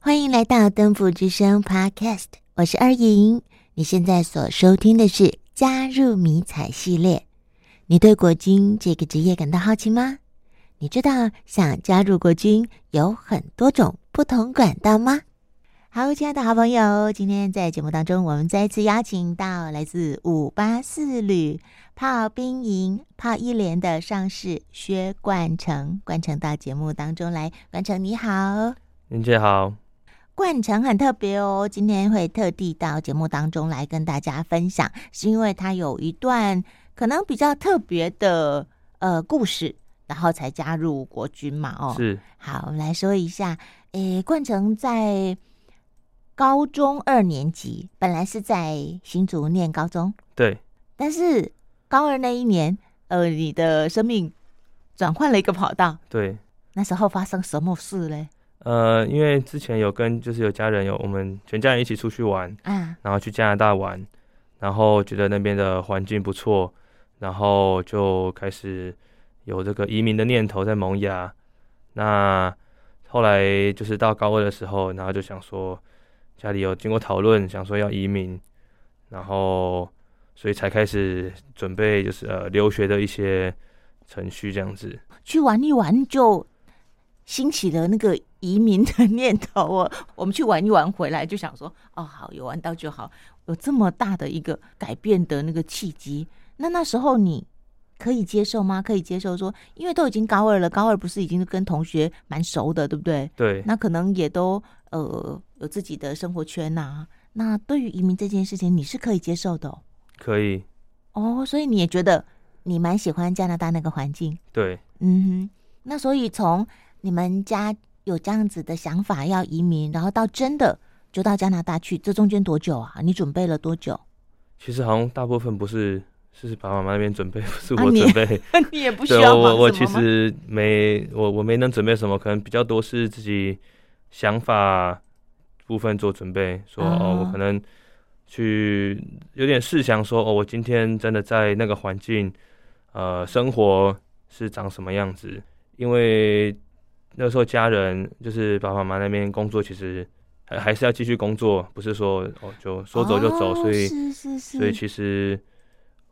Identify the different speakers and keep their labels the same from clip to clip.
Speaker 1: 欢迎来到登福之声 Podcast，我是二莹。你现在所收听的是《加入迷彩》系列。你对国军这个职业感到好奇吗？你知道想加入国军有很多种不同管道吗？好，亲爱的好朋友，今天在节目当中，我们再次邀请到来自五八四旅炮兵营炮一连的上士薛冠成，冠成到节目当中来。冠成你好，
Speaker 2: 林姐好，
Speaker 1: 冠城很特别哦，今天会特地到节目当中来跟大家分享，是因为他有一段可能比较特别的呃故事，然后才加入国军嘛哦。
Speaker 2: 是
Speaker 1: 好，我们来说一下，诶，冠城在高中二年级，本来是在新竹念高中，
Speaker 2: 对，
Speaker 1: 但是高二那一年，呃，你的生命转换了一个跑道，
Speaker 2: 对，
Speaker 1: 那时候发生什么事嘞？
Speaker 2: 呃，因为之前有跟就是有家人有我们全家人一起出去玩，
Speaker 1: 啊，
Speaker 2: 然后去加拿大玩，然后觉得那边的环境不错，然后就开始有这个移民的念头在萌芽。那后来就是到高二的时候，然后就想说家里有经过讨论，想说要移民，然后所以才开始准备就是呃留学的一些程序这样子。
Speaker 1: 去玩一玩就兴起了那个移民的念头哦。 我们去玩一玩，回来就想说，哦，好，有玩到就好。有这么大的一个改变的那个契机，那那时候你可以接受吗？可以接受说，因为都已经高二了，高二不是已经跟同学蛮熟的，对不对？
Speaker 2: 对，
Speaker 1: 那可能也都呃有自己的生活圈呐、那对于移民这件事情，你是可以接受的哦
Speaker 2: 可以，
Speaker 1: 哦，所以你也觉得你蛮喜欢加拿大那个环境。
Speaker 2: 对。
Speaker 1: 嗯哼，那所以从你们家有这样子的想法要移民，然后到真的就到加拿大去，这中间多久啊？你准备了多久？
Speaker 2: 其实好像大部分不是是爸爸妈妈那边准备，不 是
Speaker 1: 啊
Speaker 2: 我
Speaker 1: 你
Speaker 2: 准备。
Speaker 1: 你也不
Speaker 2: 对，我我我其实没我我没能准备什么，可能比较多是自己想法部分做准备，说、哦，
Speaker 1: 啊
Speaker 2: 我可能去有点试想说，哦，我今天真的在那个环境，呃，生活是长什么样子？因为那时候家人就是爸爸妈妈那边工作，其实还还是要继续工作，不是说哦就说走就走，
Speaker 1: 哦
Speaker 2: 所以。
Speaker 1: 是是是，
Speaker 2: 所以其实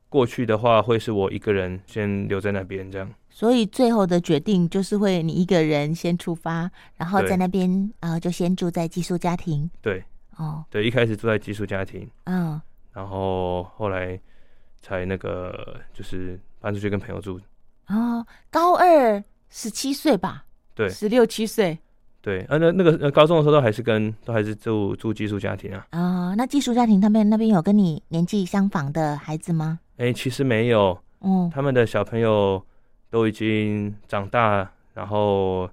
Speaker 2: 过去的话，会是我一个人先留在那边这样。
Speaker 1: 所以最后的决定就是会你一个人先出发，然后
Speaker 2: 对
Speaker 1: 在那边啊、呃就先住在寄宿家庭
Speaker 2: 对
Speaker 1: 哦，
Speaker 2: 对，一开始住在寄宿家庭，
Speaker 1: 嗯，
Speaker 2: 然后后来才那个就是搬出去跟朋友住。
Speaker 1: 哦，高二十七岁吧，
Speaker 2: 对
Speaker 1: 十六七岁
Speaker 2: 对，啊，那那个呃高中的时候都还是跟都还是住住寄宿家庭啊。
Speaker 1: 啊、那寄宿家庭他们那边有跟你年纪相仿的孩子吗？
Speaker 2: 哎，其实没有，
Speaker 1: 哦，
Speaker 2: 他们的小朋友都已经长大，然后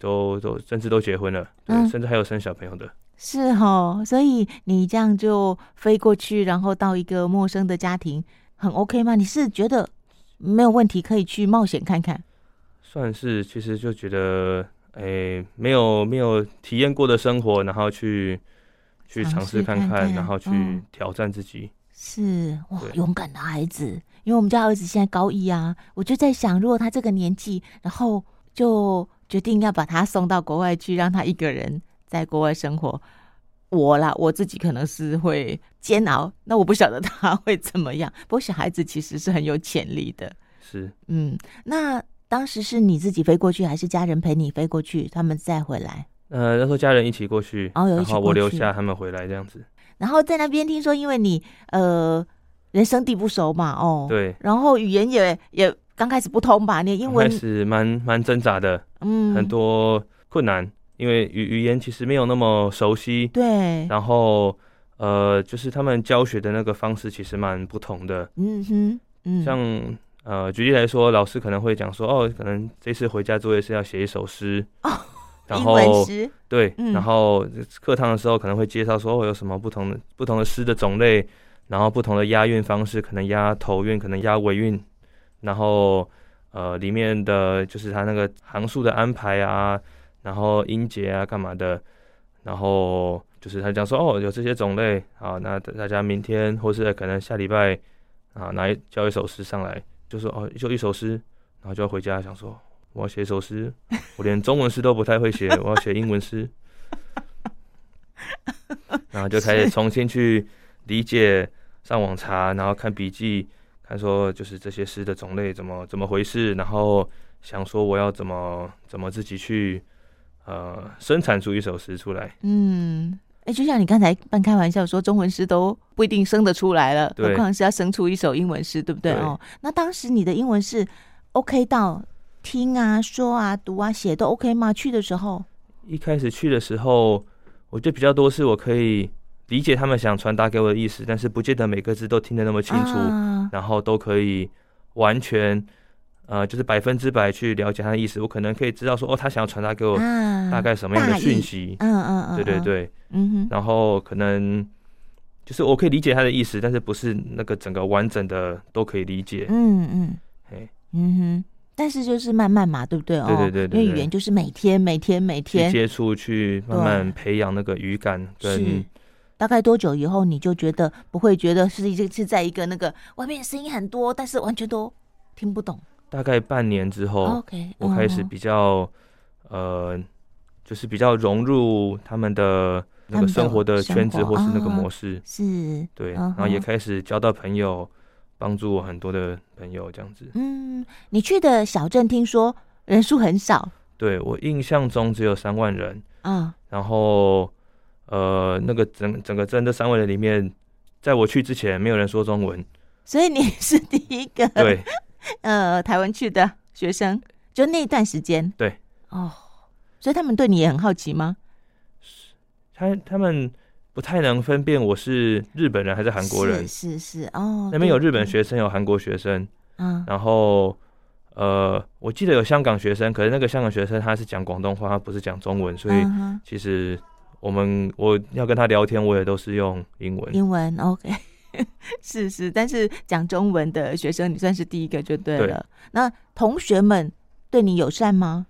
Speaker 2: 都都甚至都结婚了，对，
Speaker 1: 嗯
Speaker 2: 甚至还有生小朋友的。
Speaker 1: 是哦，所以你这样就飞过去，然后到一个陌生的家庭，很 OK 吗？你是觉得没有问题，可以去冒险看看？
Speaker 2: 算是，其实就觉得，诶、没有没有体验过的生活，然后去去
Speaker 1: 尝
Speaker 2: 尝
Speaker 1: 试
Speaker 2: 试看
Speaker 1: 看看
Speaker 2: 然后去
Speaker 1: 嗯
Speaker 2: 挑战自己。
Speaker 1: 是哇，
Speaker 2: 对
Speaker 1: 勇敢的孩子。因为我们家儿子现在高一啊，我就在想，如果他这个年纪，然后就决定要把他送到国外去，让他一个人在国外生活，我啦，我自己可能是会煎熬。那我不晓得他会怎么样。不过小孩子其实是很有潜力的。
Speaker 2: 是，
Speaker 1: 嗯，那当时是你自己飞过去，还是家人陪你飞过去，他们再回来？
Speaker 2: 呃，那时候家人一起过去，
Speaker 1: 哦有一
Speaker 2: 然
Speaker 1: 起
Speaker 2: 后
Speaker 1: 过
Speaker 2: 我留
Speaker 1: 去
Speaker 2: 下，他们回来这样子。
Speaker 1: 然后在那边听说，因为你呃人生地不熟嘛，哦，，
Speaker 2: 对，
Speaker 1: 然后语言也也刚开始不通吧，你的英
Speaker 2: 刚开
Speaker 1: 文
Speaker 2: 始蛮蛮挣扎的，
Speaker 1: 嗯
Speaker 2: 很多困难，因为语语言其实没有那么熟悉，
Speaker 1: 对，
Speaker 2: 然后呃，就是他们教学的那个方式其实蛮不同的。
Speaker 1: 嗯哼，嗯，
Speaker 2: 像呃，举例来说，老师可能会讲说，哦，可能这次回家作业是要写一首诗，
Speaker 1: 哦
Speaker 2: 然
Speaker 1: 英文
Speaker 2: 后
Speaker 1: 诗
Speaker 2: 对，
Speaker 1: 嗯
Speaker 2: 然后课堂的时候可能会介绍说，哦，有什么不同的不同的诗的种类，然后不同的押韵方式，可能押头韵，可能押尾韵，然后呃，里面的就是它那个行数的安排啊，然后音节啊，干嘛的，然后。啊就是他讲说哦，有这些种类啊，那大家明天或是可能下礼拜啊，拿一交一首诗上来，就说哦，就一首诗，然后就要回家想说，我要写一首诗，我连中文诗都不太会写，我要写英文诗。然后就开始重新去理解，上网查，然后看笔记，看说就是这些诗的种类怎么怎么回事，然后想说我要怎么怎么自己去呃生产出一首诗出来。
Speaker 1: 嗯，哎，就像你刚才半开玩笑说，中文诗都不一定生得出来了，
Speaker 2: 对
Speaker 1: 何况是要生出一首英文诗，对不对
Speaker 2: 对
Speaker 1: 哦？那当时你的英文是 OK 到听啊、说啊、读啊、写都 OK 吗？去的时候，
Speaker 2: 一开始去的时候，我觉得比较多是我可以理解他们想传达给我的意思，但是不见得每个字都听得那么清楚。
Speaker 1: 啊、
Speaker 2: 然后都可以完全呃，就是百分之百去了解他的意思。我可能可以知道说，哦，他想要传达给我
Speaker 1: 啊
Speaker 2: 大概什么样的
Speaker 1: 大意
Speaker 2: 讯息。
Speaker 1: 嗯嗯嗯，
Speaker 2: 对对
Speaker 1: 嗯，
Speaker 2: 对，
Speaker 1: 嗯哼，
Speaker 2: 然后可能就是我可以理解他的意思，但是不是那个整个完整的都可以理解。
Speaker 1: 嗯嗯
Speaker 2: 嘿
Speaker 1: 嗯哼。但是就是慢慢嘛，对不对？哦，
Speaker 2: 对对对对
Speaker 1: 因为
Speaker 2: 对
Speaker 1: 语言就是每天、每天、每
Speaker 2: 去
Speaker 1: 天，
Speaker 2: 接触，去慢慢培养那个语感
Speaker 1: 是
Speaker 2: 跟
Speaker 1: 大概多久以后你就觉得不会觉得是一个是在一个那个外面声音很多，但是完全都听不懂。
Speaker 2: 大概半年之后，
Speaker 1: OK，
Speaker 2: 哦我开始
Speaker 1: 嗯
Speaker 2: 比较、呃，就是比较融入他们的那
Speaker 1: 他们
Speaker 2: 个
Speaker 1: 的
Speaker 2: 生活的
Speaker 1: 生
Speaker 2: 圈子
Speaker 1: 活
Speaker 2: 或是那个
Speaker 1: 啊
Speaker 2: 模式。
Speaker 1: 是
Speaker 2: 对，
Speaker 1: 嗯
Speaker 2: 然后也
Speaker 1: 哼
Speaker 2: 开始交到朋友，帮助我很多的朋友这样子。
Speaker 1: 嗯，你去的小镇听说人数很少
Speaker 2: 对我印象中只有三万人，
Speaker 1: 啊，
Speaker 2: 然后呃，那个整整个镇这三万人里面，在我去之前没有人说中文。
Speaker 1: 所以你是第一个
Speaker 2: 对，
Speaker 1: 呃台湾去的学生，就那段时间
Speaker 2: 对
Speaker 1: 哦，所以他们对你也很好奇吗？
Speaker 2: 他他们不太能分辨我是日本人还是韩国人。
Speaker 1: 是是是哦，
Speaker 2: 那边有
Speaker 1: 对
Speaker 2: 日本学生，有韩国学生，
Speaker 1: 嗯
Speaker 2: 然后呃，我记得有香港学生，可是那个香港学生他是讲广东话，他不是讲中文，所以
Speaker 1: 嗯哼
Speaker 2: 其实我们我要跟他聊天，我也都是用英文。
Speaker 1: 英文 OK，是是，但是讲中文的学生你算是第一个就对
Speaker 2: 对
Speaker 1: 了。那同学们对你友善吗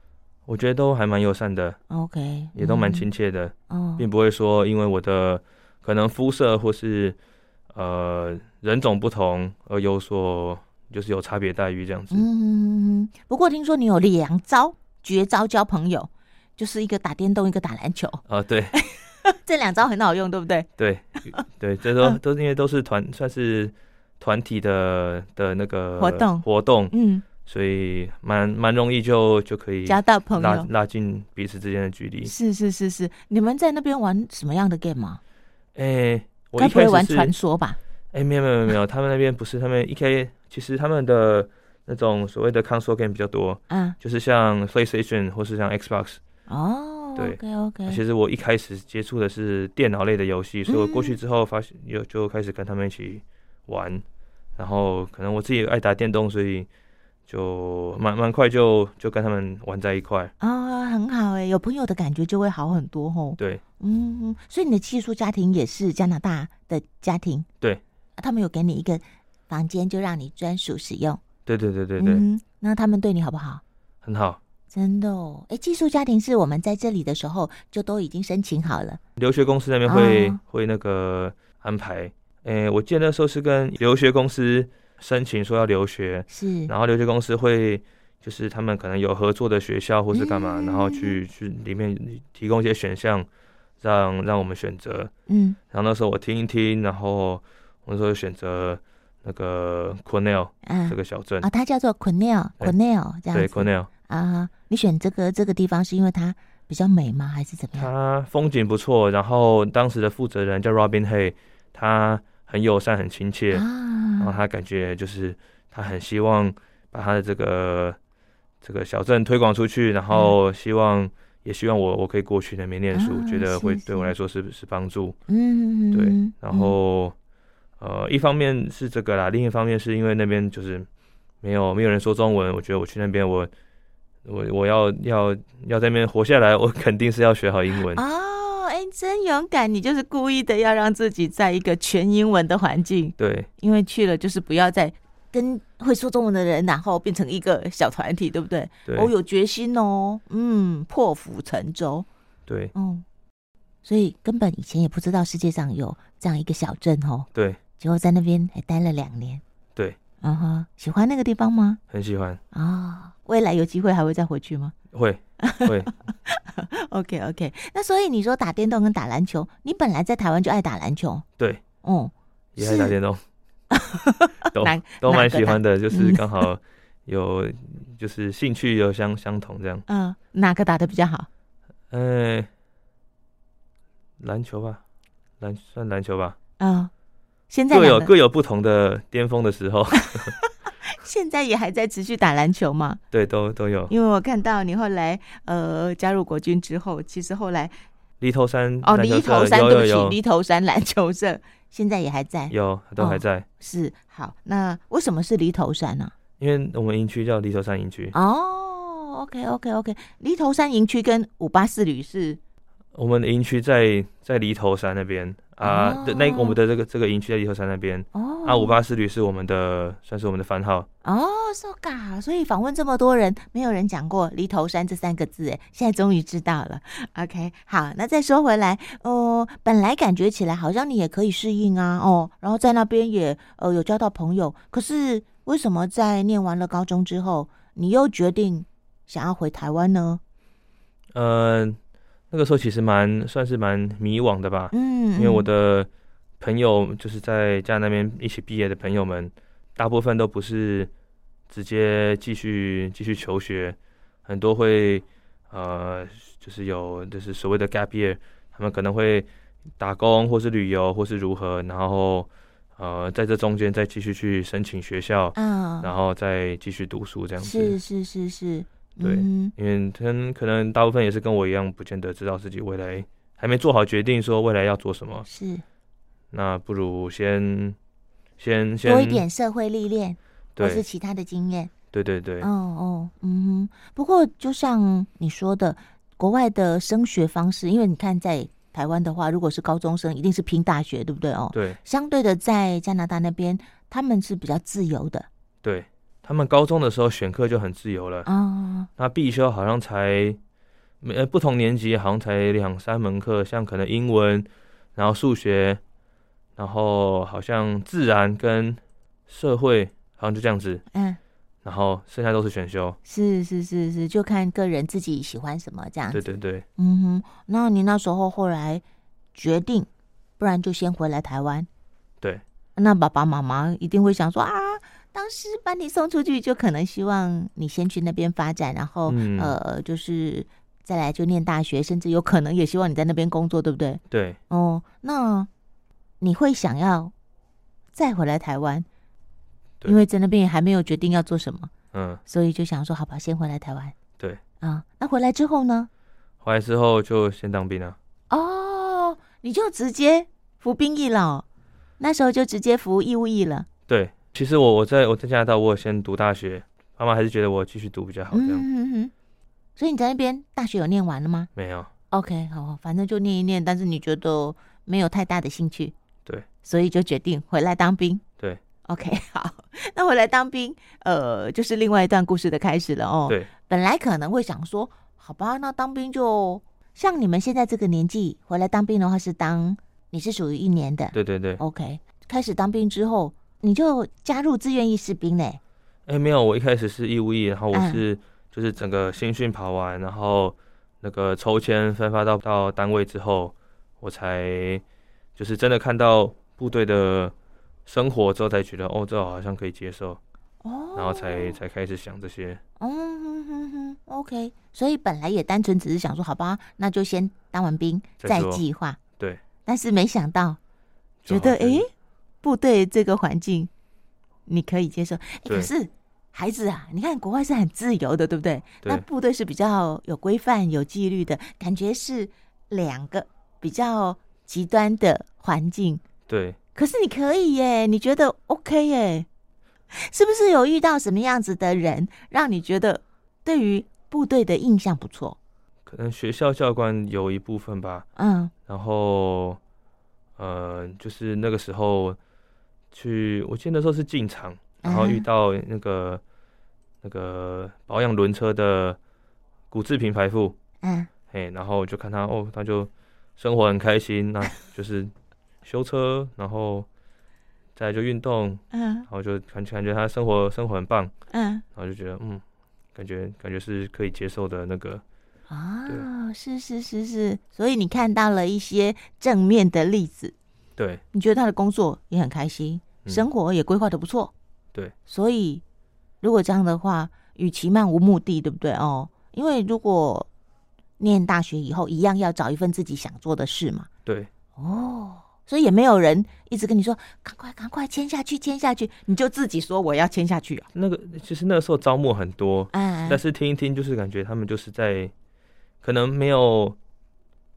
Speaker 2: 我觉得都还蛮友善的，
Speaker 1: ？OK，
Speaker 2: 也都蛮
Speaker 1: 嗯
Speaker 2: 亲切的，
Speaker 1: 哦，
Speaker 2: 并不会说因为我的可能肤色或是呃人种不同而有所就是有差别待遇这样子。
Speaker 1: 嗯，不过听说你有两招绝招交朋友，就是一个打电动，一个打篮球，
Speaker 2: 啊、对
Speaker 1: 这两招很好用，对不对？
Speaker 2: 对对，这都
Speaker 1: 嗯
Speaker 2: 都是因为都是团算是团体的的那个
Speaker 1: 活动
Speaker 2: 活动，
Speaker 1: 嗯，
Speaker 2: 所以蛮蛮容易就就可以
Speaker 1: 交到朋
Speaker 2: 拉
Speaker 1: 友。
Speaker 2: 拉近彼此之间的距离。
Speaker 1: 是是是是，你们在那边玩什么样的 game 啊？
Speaker 2: 哎、我
Speaker 1: 该
Speaker 2: 一
Speaker 1: 不会
Speaker 2: 开
Speaker 1: 玩
Speaker 2: 始是
Speaker 1: 传说吧？
Speaker 2: 哎、没有没有没有，他们那边不是他们一 K，其实他们的那种所谓的 console game 比较多，
Speaker 1: 啊，
Speaker 2: 就是像 PlayStation 或是像 Xbox。
Speaker 1: 哦
Speaker 2: 对
Speaker 1: ，OK OK，
Speaker 2: 其实我一开始接触的是电脑类的游戏，所以我
Speaker 1: 嗯
Speaker 2: 过去之后发现有就开始跟他们一起玩，然后可能我自己也爱打电动，所以就蛮蛮快就就跟他们玩在一块。
Speaker 1: 啊、很好哎、有朋友的感觉就会好很多吼。
Speaker 2: 对，
Speaker 1: 嗯，所以你的寄宿家庭也是加拿大的家庭，
Speaker 2: 对
Speaker 1: 啊，他们有给你一个房间，就让你专属使用。
Speaker 2: 对对对对对，
Speaker 1: 嗯，那他们对你好不好？
Speaker 2: 很好。
Speaker 1: 真的哦，哎，寄宿家庭是我们在这里的时候就都已经申请好了，
Speaker 2: 留学公司那边会、
Speaker 1: 哦
Speaker 2: 会那个安排。哎、我记得那时候是跟留学公司申请说要留学，
Speaker 1: 是
Speaker 2: 然后留学公司会就是他们可能有合作的学校或是干嘛，
Speaker 1: 嗯
Speaker 2: 然后去去里面提供一些选项，让让我们选择。
Speaker 1: 嗯
Speaker 2: 然后那时候我听一听，然后我那时候选择那个 Cornell
Speaker 1: 啊
Speaker 2: 这个小镇，
Speaker 1: 啊，它叫做 Cornell
Speaker 2: 对
Speaker 1: Cornell 这样
Speaker 2: 对
Speaker 1: 子
Speaker 2: Cornell，
Speaker 1: 啊，你选这个这个地方是因为它比较美吗？还是怎么样？
Speaker 2: 它风景不错，然后当时的负责人叫 Robin Hay，他很友善很 亲切，然后
Speaker 1: 啊，
Speaker 2: 他感觉就是他很希望把他的这个这个小镇推广出去，
Speaker 1: 嗯
Speaker 2: 然后希望、也希望我我可以过去那边念书，
Speaker 1: 啊
Speaker 2: 觉得会
Speaker 1: 是
Speaker 2: 对我
Speaker 1: 是
Speaker 2: 来说是是帮助。
Speaker 1: 嗯，
Speaker 2: 对
Speaker 1: 嗯
Speaker 2: 然后、呃，一方面是这个啦，另一方面是因为那边就是没有没有人说中文，我觉得我去那边我。我我要要要在那边活下来，我肯定是要学好英文。
Speaker 1: 哦，哎，真勇敢！你就是故意的要让自己在一个全英文的环境，
Speaker 2: 对
Speaker 1: 因为去了就是不要再跟会说中文的人，然后变成一个小团体，对不对？
Speaker 2: 对、
Speaker 1: 哦，有决心哦，嗯，破釜沉舟，
Speaker 2: 对
Speaker 1: 嗯，所以根本以前也不知道世界上有这样一个小镇哦，
Speaker 2: 对
Speaker 1: 结果在那边还待了两年，
Speaker 2: 对，
Speaker 1: 嗯哼，喜欢那个地方吗？
Speaker 2: 很喜欢，
Speaker 1: 哦，未来有机会还会再回去 吗
Speaker 2: 会会，
Speaker 1: ？OK OK，那所以你说打电动跟打篮球，你本来在台湾就爱打篮球，
Speaker 2: 对，
Speaker 1: 哦、
Speaker 2: 也爱打电动， 都
Speaker 1: 哪
Speaker 2: 都蛮
Speaker 1: 哪个
Speaker 2: 喜欢的，就是
Speaker 1: 嗯
Speaker 2: 刚好有就是兴趣有相相同这样。
Speaker 1: 嗯、哪个打的比较好？
Speaker 2: 呃，篮球吧，篮算篮球吧，
Speaker 1: 嗯、现在
Speaker 2: 各有
Speaker 1: 两个
Speaker 2: 各有不同的巅峰的时候，
Speaker 1: 现在也还在持续打篮球吗？
Speaker 2: 对，都都有。
Speaker 1: 因为我看到你后来呃加入国军之后，其实后来
Speaker 2: 犁头山
Speaker 1: 哦
Speaker 2: 嗯篮球
Speaker 1: 犁头
Speaker 2: 社
Speaker 1: 山，
Speaker 2: 有有
Speaker 1: 对不起，
Speaker 2: 有
Speaker 1: 犁头山篮球社现在也还在，
Speaker 2: 有都还
Speaker 1: 哦
Speaker 2: 在，
Speaker 1: 是好。那为什么是犁头山啊呢、
Speaker 2: 因为我们营区叫犁头山营区，
Speaker 1: 哦，OK OK OK，犁头山营区跟五八四旅是
Speaker 2: 我们的营区在在犁头山那边啊，对，那
Speaker 1: 哦
Speaker 2: 我们的这个这个营区在犁头山那边
Speaker 1: 哦
Speaker 2: 啊，五八四旅是我们的算是我们的番号，
Speaker 1: 哦，so ga，所以访问这么多人，没有人讲过“犁头山”这三个字，哎，现在终于知道了。OK，好，那再说回来，哦、本来感觉起来好像你也可以适应啊，哦，然后在那边也呃有交到朋友，可是为什么在念完了高中之后，你又决定想要回台湾呢？
Speaker 2: 嗯，那个时候其实蛮算是蛮迷惘的吧，
Speaker 1: 嗯，
Speaker 2: 因为我的朋友就是在加拿大那边一起毕业的朋友们，大部分都不是直接继续继续求学，很多会呃，就是有就是所谓的 gap year，他们可能会呃打工或是旅游或是如何，然后呃，在这中间再继续去申请学校，
Speaker 1: 啊，
Speaker 2: 然后再继续读书这样
Speaker 1: 是
Speaker 2: 子。
Speaker 1: 是是是，
Speaker 2: 对
Speaker 1: 嗯
Speaker 2: 因为可能可能大部分也是跟我一样，不见得知道自己未来还没做好决定，说未来要做什么。
Speaker 1: 是
Speaker 2: 那不如先先先
Speaker 1: 多一点社会历练，或是
Speaker 2: 对
Speaker 1: 其他的经验。
Speaker 2: 对对对，
Speaker 1: 哦哦，嗯哼。不过就像你说的，国外的升学方式，因为你看在台湾的话，如果是高中生，一定是拼大学，对不对？哦，
Speaker 2: 对
Speaker 1: 相对的，在加拿大那边，他们是比较自由的。
Speaker 2: 对，他们高中的时候选课就很自由了，
Speaker 1: 哦，
Speaker 2: 那必修好像才没呃不同年级好像才两三门课，像可能英文，然后数学，然后好像自然跟社会好像就这样子，
Speaker 1: 嗯，
Speaker 2: 然后剩下都是选修。
Speaker 1: 是是是是，就看个人自己喜欢什么这样
Speaker 2: 对
Speaker 1: 子。
Speaker 2: 对对，
Speaker 1: 嗯哼，那你那时候后来决定，不然就先回来台湾。
Speaker 2: 对，
Speaker 1: 那爸爸妈妈一定会想说啊，当时把你送出去，就可能希望你先去那边发展，然后、
Speaker 2: 嗯
Speaker 1: 呃，就是再来就念大学，甚至有可能也希望你在那边工作，对不对？
Speaker 2: 对，
Speaker 1: 哦，那你会想要再回来台湾，
Speaker 2: 对
Speaker 1: 因为在那边也还没有决定要做什么，
Speaker 2: 嗯，
Speaker 1: 所以就想说，好吧，先回来台湾。
Speaker 2: 对，
Speaker 1: 啊、那回来之后呢？
Speaker 2: 回来之后就先当兵啊。
Speaker 1: 哦，你就直接服兵役了哦，那时候就直接服义务役了。
Speaker 2: 对，其实我我在我在加拿大，我有先读大学，妈妈还是觉得我继续读比较好，这样、
Speaker 1: 嗯嗯。所以你在那边大学有念完了吗
Speaker 2: 没有。
Speaker 1: ？OK，好，反正就念一念，但是你觉得没有太大的兴趣，
Speaker 2: 对，
Speaker 1: 所以就决定回来当兵。
Speaker 2: 对
Speaker 1: ，OK，好， 那回来当兵，呃，就是另外一段故事的开始了哦。
Speaker 2: 对，
Speaker 1: 本来可能会想说，好吧，那当兵就像你们现在这个年纪回来当兵的话，是当你是属于一年的，
Speaker 2: 对对对，
Speaker 1: OK，开始当兵之后，你就加入志愿役士兵嘞。
Speaker 2: 哎、没有，我一开始是义务役，然后我
Speaker 1: 嗯
Speaker 2: 是就是整个新训跑完，然后那个抽签分发到到单位之后，我才就是真的看到部队的生活之后，才觉得哦，这好像可以接受，
Speaker 1: 哦
Speaker 2: 然后才才开始想这些。
Speaker 1: 嗯哼哼哼，OK。所以本来也单纯只是想说，好吧，那就先当完兵
Speaker 2: 再
Speaker 1: 再
Speaker 2: 说
Speaker 1: 计划。
Speaker 2: 对。
Speaker 1: 但是没想到，
Speaker 2: 就
Speaker 1: 觉得
Speaker 2: 好像
Speaker 1: 诶，部队这个环境你可以接受，诶可
Speaker 2: 对
Speaker 1: 是。孩子啊，你看国外是很自由的，对不对？那
Speaker 2: 对
Speaker 1: 部队是比较有规范、有纪律的，感觉是两个比较极端的环境。
Speaker 2: 对，
Speaker 1: 可是你可以耶，你觉得 OK 耶？是不是有遇到什么样子的人，让你觉得对于部队的印象不错？
Speaker 2: 可能学校教官有一部分吧，
Speaker 1: 嗯
Speaker 2: 然后，呃，就是那个时候去，我记得那时候是进厂，然后
Speaker 1: 嗯哼
Speaker 2: 遇到那个、那个保养轮车的古志平排副，
Speaker 1: 嗯，
Speaker 2: 嘿，然后我就看他哦，他就生活很开心，那就是修车，然后再来就运动，
Speaker 1: 嗯
Speaker 2: 然后就感感觉他生活生活很棒，
Speaker 1: 嗯
Speaker 2: 然后就觉得嗯，感觉感觉是可以接受的那个，
Speaker 1: 哦，是是是是，所以你看到了一些正面的例子，
Speaker 2: 对，
Speaker 1: 你觉得他的工作也很开心，
Speaker 2: 嗯
Speaker 1: 生活也规划的不错，
Speaker 2: 对，
Speaker 1: 所以如果这样的话，与其漫无目的，对不对哦？因为如果念大学以后，一样要找一份自己想做的事嘛，
Speaker 2: 对，
Speaker 1: 哦。所以也没有人一直跟你说赶快赶快签下去签下去，你就自己说我要签下去啊！
Speaker 2: 那个其实那个时候招募很多，
Speaker 1: 哎，
Speaker 2: 但是听一听就是感觉他们就是在可能没有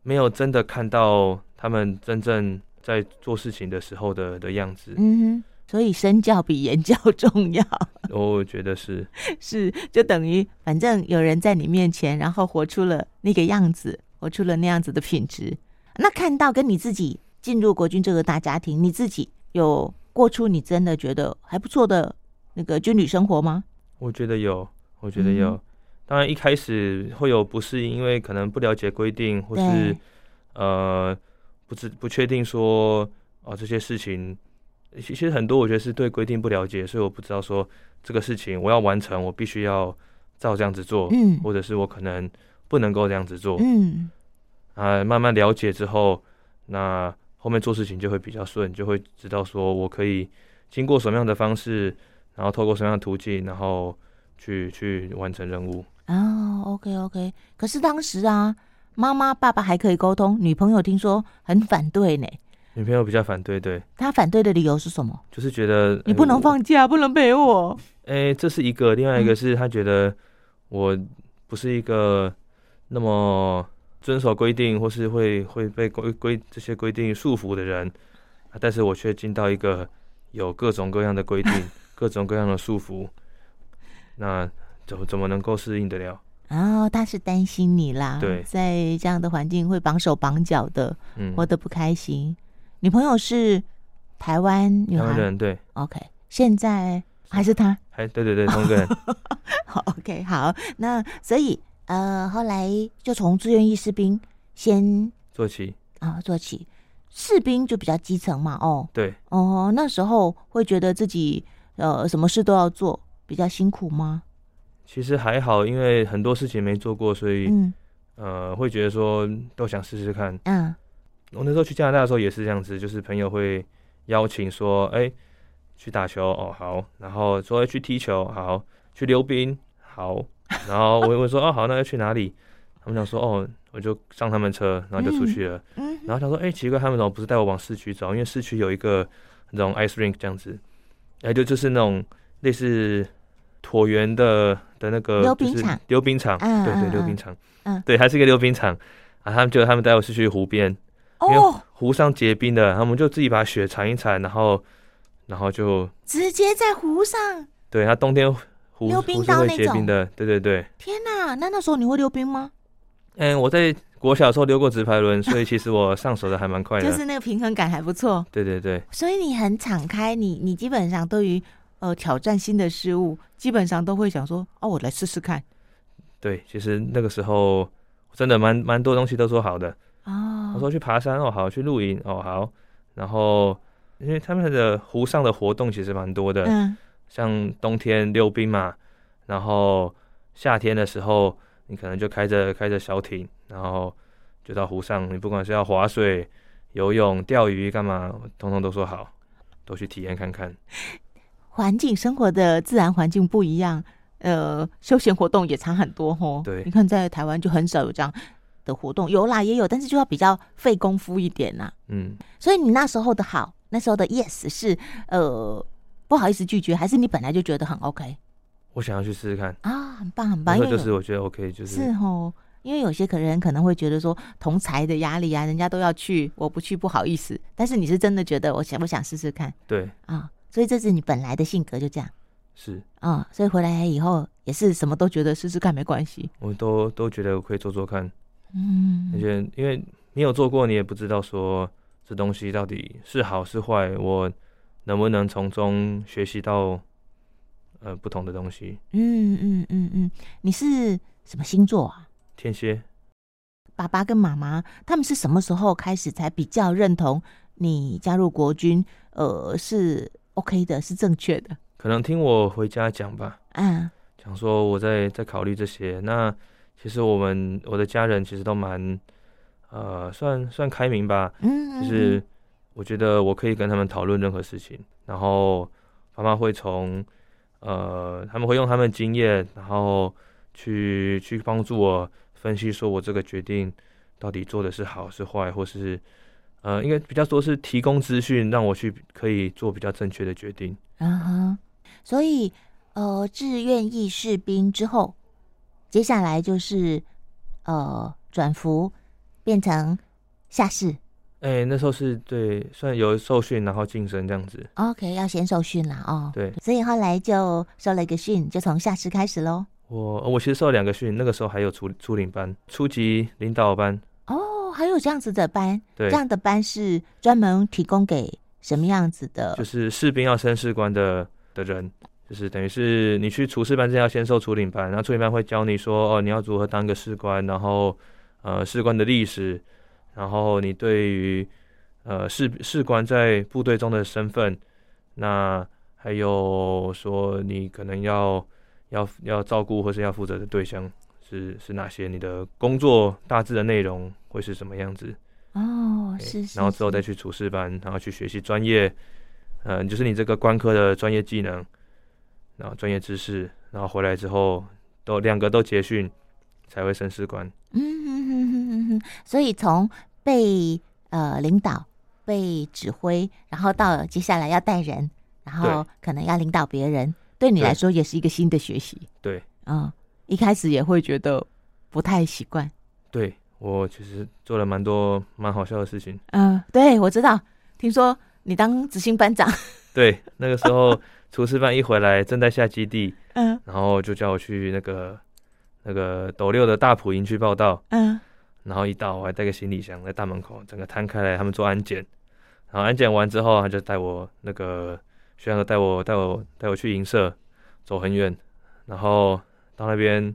Speaker 2: 没有真的看到他们真正在做事情的时候的的样子，
Speaker 1: 嗯哼，所以身教比言教重要，
Speaker 2: 我觉得是
Speaker 1: 是就等于反正有人在你面前，然后活出了那个样子，活出了那样子的品质。那看到跟你自己进入国军这个大家庭，你自己有过出你真的觉得还不错的那个军旅生活吗？
Speaker 2: 我觉得有，我觉得有。
Speaker 1: 嗯
Speaker 2: 当然一开始会有不适应，因为可能不了解规定，或是
Speaker 1: 对
Speaker 2: 呃不知不确定说哦这些事情，其实很多我觉得是对规定不了解，所以我不知道说这个事情我要完成，我必须要照这样子做，
Speaker 1: 嗯
Speaker 2: 或者是我可能不能够这样子做。
Speaker 1: 嗯
Speaker 2: 啊、慢慢了解之后，那后面做事情就会比较顺，就会知道说我可以经过什么样的方式，然后透过什么样的途径，然后去去完成任务。
Speaker 1: 哦，OK OK。可是当时啊，妈妈爸爸还可以沟通，女朋友听说很反对呢。
Speaker 2: 女朋友比较反对，对，
Speaker 1: 她反对的理由是什么？
Speaker 2: 就是觉得呃
Speaker 1: 你不能，放假，不能陪我。
Speaker 2: 哎、诶这是一个，另外
Speaker 1: 嗯
Speaker 2: 一个是她觉得我不是一个那么遵守规定，或是会会被规规这些规定束缚的人，啊但是我却进到一个有各种各样的规定、 各种各样的束缚，那怎么怎么能够适应得了？
Speaker 1: 然后哦他是担心你啦，
Speaker 2: 对
Speaker 1: 在这样的环境会绑手绑脚的，
Speaker 2: 嗯，
Speaker 1: 活得不开心。女朋友是台湾女
Speaker 2: 台湾
Speaker 1: 孩
Speaker 2: 人对，
Speaker 1: ，OK，现在还是她，
Speaker 2: 还对对对，同 一个人，
Speaker 1: 好 OK，好，那所以呃，后来就从志愿役士兵先
Speaker 2: 坐骑，
Speaker 1: 啊、做起，士兵就比较基层嘛，哦
Speaker 2: 对，
Speaker 1: 哦，那时候会觉得自己呃什么事都要做，比较辛苦吗？
Speaker 2: 其实还好，因为很多事情没做过，所以、
Speaker 1: 嗯
Speaker 2: 呃，会觉得说都想试试看。
Speaker 1: 嗯
Speaker 2: 我那时候去加拿大的时候也是这样子，就是朋友会邀请说，哎、去打球哦好，然后说哎去踢球好，去溜冰好，然后我我说 哦好，那要去哪里？他们想说哦，我就上他们车，然后就出去了。
Speaker 1: 嗯
Speaker 2: 然后想说，哎、奇怪，他们怎么不是带我往市区走？因为市区有一个那种 ice rink 这样子，哎、就就是那种类似椭圆的的那个
Speaker 1: 溜冰
Speaker 2: 就是
Speaker 1: 场
Speaker 2: 溜冰场，
Speaker 1: 嗯
Speaker 2: 对
Speaker 1: 嗯
Speaker 2: 对，溜
Speaker 1: 嗯
Speaker 2: 冰场，
Speaker 1: 嗯
Speaker 2: 对，还是一个溜冰场。啊，他们就他们带我是去湖边，没有
Speaker 1: 哦，
Speaker 2: 湖上结冰的，他们就自己把雪铲一铲，然后然后就
Speaker 1: 直接在湖上。
Speaker 2: 对，它冬天湖
Speaker 1: 溜冰
Speaker 2: 湖是
Speaker 1: 刀
Speaker 2: 会
Speaker 1: 那
Speaker 2: 结冰
Speaker 1: 种
Speaker 2: 的，对对对。
Speaker 1: 天呐，那那时候你会溜冰吗？
Speaker 2: 嗯，我在国小的时候溜过直 排轮，所以其实我上手的还蛮快的。
Speaker 1: 就是那个平衡感还不错，
Speaker 2: 对对对，
Speaker 1: 所以你很敞开，你你基本上对于呃挑战新的事物，基本上都会想说，哦，我来试试看。
Speaker 2: 对，其实那个时候真的蛮蛮多东西都说好的。
Speaker 1: 哦，
Speaker 2: 我说去爬山哦好，去露营哦好，然后因为他们的湖上的活动其实蛮多的，
Speaker 1: 嗯
Speaker 2: 像冬天溜冰嘛，然后夏天的时候你可能就开着开着小艇，然后就到湖上，你不管是要划水、游泳、钓鱼干嘛，通通都说好，都去体验看看。
Speaker 1: 环境生活的自然环境不一样，呃，休闲活动也差很多吼。
Speaker 2: 对
Speaker 1: 你看在台湾就很少有这样的活动，有啦也有，但是就要比较费功夫一点啦。
Speaker 2: 嗯，
Speaker 1: 所以你那时候的好，那时候的 yes 是呃不好意思拒绝，还是你本来就觉得很 OK
Speaker 2: 我想要去试试看，
Speaker 1: 啊，很棒很
Speaker 2: 那
Speaker 1: 棒，
Speaker 2: 时
Speaker 1: 因
Speaker 2: 候
Speaker 1: 为
Speaker 2: 就
Speaker 1: 有
Speaker 2: 是我觉得 OK，就是
Speaker 1: 是哦，因为有些可人可能会觉得说同才的压力啊，人家都要去，我不去不好意思。但是你是真的觉得我想不想试试看
Speaker 2: 对，
Speaker 1: 啊、所以这是你本来的性格就这样
Speaker 2: 是
Speaker 1: 啊、所以回来以后也是什么都觉得试试看没关系。
Speaker 2: 我都都觉得我可以做做看。而
Speaker 1: 嗯，
Speaker 2: 且因为没有做过，你也不知道说这东西到底是好是坏，我能不能从中学习到呃不同的东西。
Speaker 1: 嗯嗯嗯嗯，你是什么星座啊？
Speaker 2: 天蝎，
Speaker 1: 爸爸跟妈妈他们是什么时候开始才比较认同你加入国军，呃，是 OK 的，是正确的
Speaker 2: 可能听我回家讲吧，
Speaker 1: 啊。
Speaker 2: 讲说我在在考虑这些。那其实我们我的家人其实都蛮呃算算开明吧，
Speaker 1: 嗯，嗯
Speaker 2: 就是我觉得我可以跟他们讨论任何事情，然后妈妈会从呃，他们会用他们的经验，然后去去帮助我分析，说我这个决定到底做的是好是坏，或是呃，应该比较多是提供资讯，让我去可以做比较正确的决定。
Speaker 1: 嗯啊哈，所以呃，志愿役士兵之后，接下来就是呃转服变成下士
Speaker 2: 哎、那时候是对，算有受训，然后晋升这样子。
Speaker 1: ，OK，要先受训了哦。
Speaker 2: 对
Speaker 1: 所以后来就受了一个训，就从下士开始喽。
Speaker 2: 我，呃我其实受了两个训，那个时候还有初初领班、初级领导班。
Speaker 1: 哦，还有这样子的班，
Speaker 2: 对
Speaker 1: 这，样的班是专门提供给什么样子的
Speaker 2: 就？是士兵要升士官的的人，就是等于是你去厨师班之前要先受厨领班，然后厨领班会教你说哦，你要如何当个士官，然后呃士官的历史，然后你对于呃士士官在部队中的身份，那还有说你可能要要要照顾或是要负责的对象是是哪些，你的工作大致的内容会是什么样子。
Speaker 1: 哦，
Speaker 2: 对
Speaker 1: 是是，
Speaker 2: 然后之后
Speaker 1: 是
Speaker 2: 再去厨师班，然后去学习专业，嗯，就是你这个官科的专业技能，然后专业知识，然后回来之后都两个都结训，才会升士官。
Speaker 1: 嗯哼哼哼哼哼，所以从被呃领导、被指挥，然后到接下来要带人，然后可能要领导别人，对你
Speaker 2: 对
Speaker 1: 来说也是一个新的学习。
Speaker 2: 对，
Speaker 1: 嗯，一开始也会觉得不太习惯。
Speaker 2: 对我其实做了蛮多蛮好笑的事情。
Speaker 1: 嗯，对，我知道，听说你当执行 班长，
Speaker 2: 对，那个时 候厨师班一回来，正在下基地，
Speaker 1: 嗯
Speaker 2: 然后就叫我去那个那个斗六的大埔营区报道。
Speaker 1: 嗯，
Speaker 2: 然后一到，我还带个行李箱在大门口，整个摊开来，他们做安检。然后安检完之后，啊他就带我那个学长就带我带我带我去银社，走很远，然后到那边，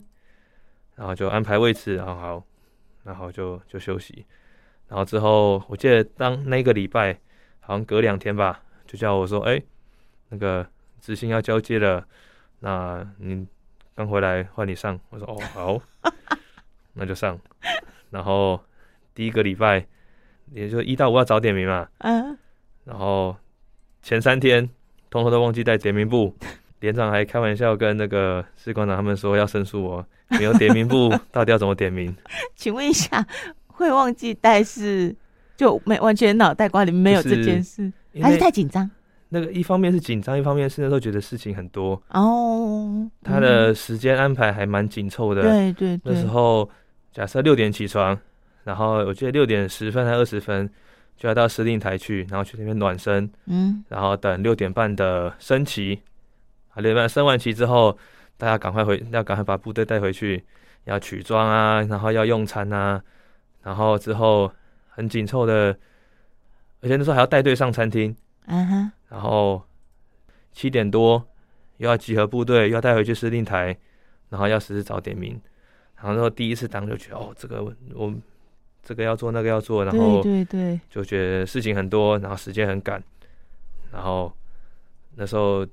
Speaker 2: 然后就安排位置，然后好，然后就就休息。然后之后，我记得当那个礼拜，好像隔两天吧，就叫我说，哎，那个执行要交接了，那你刚回来换你上。我说哦好， 那就上。然后第一个礼拜，也就一到五要早点名嘛，
Speaker 1: 嗯，
Speaker 2: 然后前三天通通都忘记带点名簿， 连长还开玩笑跟那个士官长他们说要申诉我没有点名簿， 到底要怎么点名？
Speaker 1: 请问一下，会忘记带是就没完全脑袋瓜里没有
Speaker 2: 就是
Speaker 1: 这件事，
Speaker 2: 因
Speaker 1: 还是
Speaker 2: 为
Speaker 1: 太紧张？
Speaker 2: 那个一方面是紧张，一方面是那时候觉得事情很多，
Speaker 1: 嗯哦，
Speaker 2: 他
Speaker 1: 嗯
Speaker 2: 的时间安排还蛮紧凑的。
Speaker 1: 对对对，
Speaker 2: 那时候假设六点起床，然后我记得六点十分还二十分就要到司令台去，然后去那边暖身，
Speaker 1: 嗯
Speaker 2: 然后等六点半的升旗，啊，六点半升完旗之后，大家赶快回，要赶快把部队带回去，要取装啊，然后要用餐啊，然后之后很紧凑的，而且那时候还要带队上餐厅，
Speaker 1: 啊哈，
Speaker 2: 然后七点多又要集合部队，又要带回去司令台，然后要实施早点名，然后那时候第一次当就觉得哦，这个我我这个要做那个要做，然后
Speaker 1: 对对对，
Speaker 2: 就觉得事情很多，然后时间很赶，然后那时候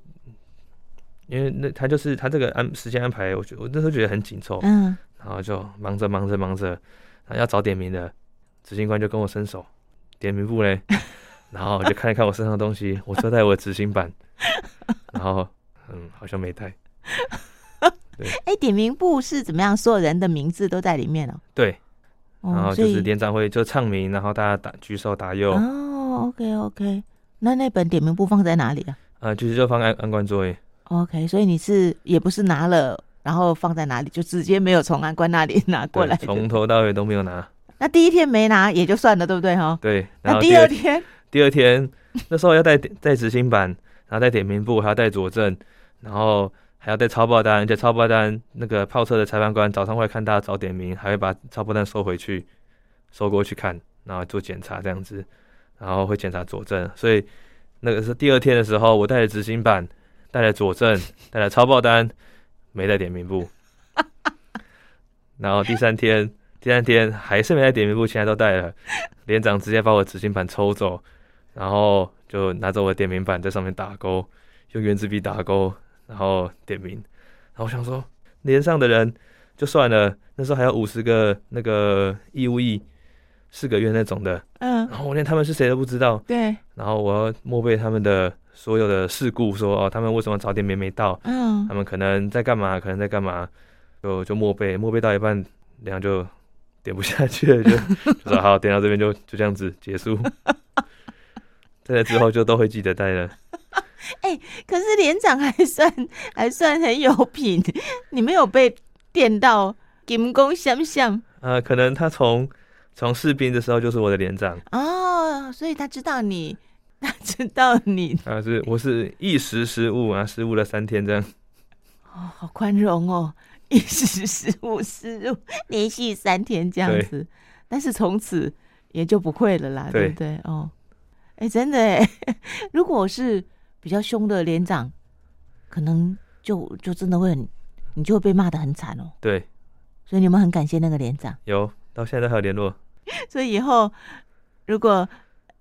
Speaker 2: 因为那他就是他这个安时间安排，我觉我那时候觉得很紧凑，
Speaker 1: 嗯，
Speaker 2: 然后就忙着忙着忙着，然后要找点名的，执行官就跟我伸手，点名簿嘞，然后我就看一看我身上的东西，我车带我的执行板，然后嗯好像没带，
Speaker 1: 哎，点名簿是怎么样？所有人的名字都在里面哦。
Speaker 2: 对，
Speaker 1: 哦
Speaker 2: 然后就是
Speaker 1: 所以
Speaker 2: 连长会就唱名，然后大家打举手打右，
Speaker 1: 哦，OK OK，那那本点名簿放在哪里啊
Speaker 2: 呃就是就放安安官座位。
Speaker 1: ？OK，所以你是也不是拿了，然后放在哪里，就直接没有从安官那里拿过
Speaker 2: 对
Speaker 1: 来
Speaker 2: 从
Speaker 1: 的。
Speaker 2: 头到尾都没有拿，
Speaker 1: 那第一天没拿也就算了，对不对哈？
Speaker 2: 对，然
Speaker 1: 那
Speaker 2: 后
Speaker 1: 第二天，
Speaker 2: 第二天那时候要带带执行板，然后带点名簿，还要带佐证，然后还要带抄报单，而且抄报单那个炮车的裁判官早上会看大家早点名，还会把抄报单收回去，收过去看，然后做检查这样子，然后会检查佐证，所以那个是第二天的时候，我带了执行板，带了佐证，带了抄报单，没带点名簿，然后第三天。第三天还是没带点名簿，现在都带了。连长直接把我执行板抽走，然后就拿着我的点名板在上面打勾，用圆珠笔打勾，然后点名。然后我想说，连上的人就算了，那时候还有五十个那个义务役，四个月那种的，
Speaker 1: 嗯，
Speaker 2: 然后我连他们是谁都不知道，
Speaker 1: 对，
Speaker 2: 然后我要默背他们的所有的事故，说哦，他们为什么早点没没到，
Speaker 1: 嗯
Speaker 2: 他，们可能在干嘛，可能在干嘛，就就默背，默背到一半，然后就点不下去了，就就说好，点到这边就就这样子结束。在之后就都会记得带了，
Speaker 1: 可是连长还算还算很有品，你没有被电到金光闪闪
Speaker 2: 呃，可能他从从士兵的时候就是我的连长，
Speaker 1: 哦，所以他知道你，他知道你
Speaker 2: 啊、是我是一时失误啊，失误了三天这样，
Speaker 1: 哦，好宽容哦，一时失误失误，连续三天这样
Speaker 2: 对
Speaker 1: 子，但是从此也就不会了啦，对
Speaker 2: 对
Speaker 1: 不对？哦，哎，真的哎， 如果我是比较凶的连长，可能就就真的会很，你就会被骂的很惨哦。
Speaker 2: 对，
Speaker 1: 所以你们很感谢那个连长，
Speaker 2: 有到现在都还有联络，
Speaker 1: 所以以后如果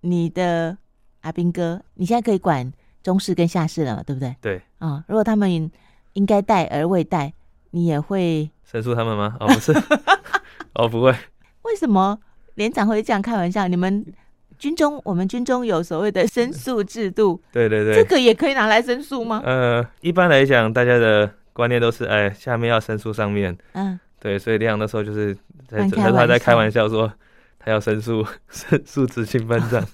Speaker 1: 你的阿兵哥，你现在可以管中士跟下士了嘛，对不对？
Speaker 2: 对，
Speaker 1: 啊、如果他们应该带而未带，你也会
Speaker 2: 申诉他们吗？哦，不是， 哦，不会，
Speaker 1: 为什么连长会这样开玩笑？你
Speaker 2: 嗯
Speaker 1: 们军中，我们军中有所谓的申诉制度，
Speaker 2: 对对对，
Speaker 1: 这个也可以拿来申诉吗？
Speaker 2: 呃，一般来讲，大家的观念都是，哎，下面要申诉上面，
Speaker 1: 嗯，
Speaker 2: 对，所以亮那时候就是在
Speaker 1: 乱开玩笑
Speaker 2: 他在开玩笑说他要申诉申诉执行班长，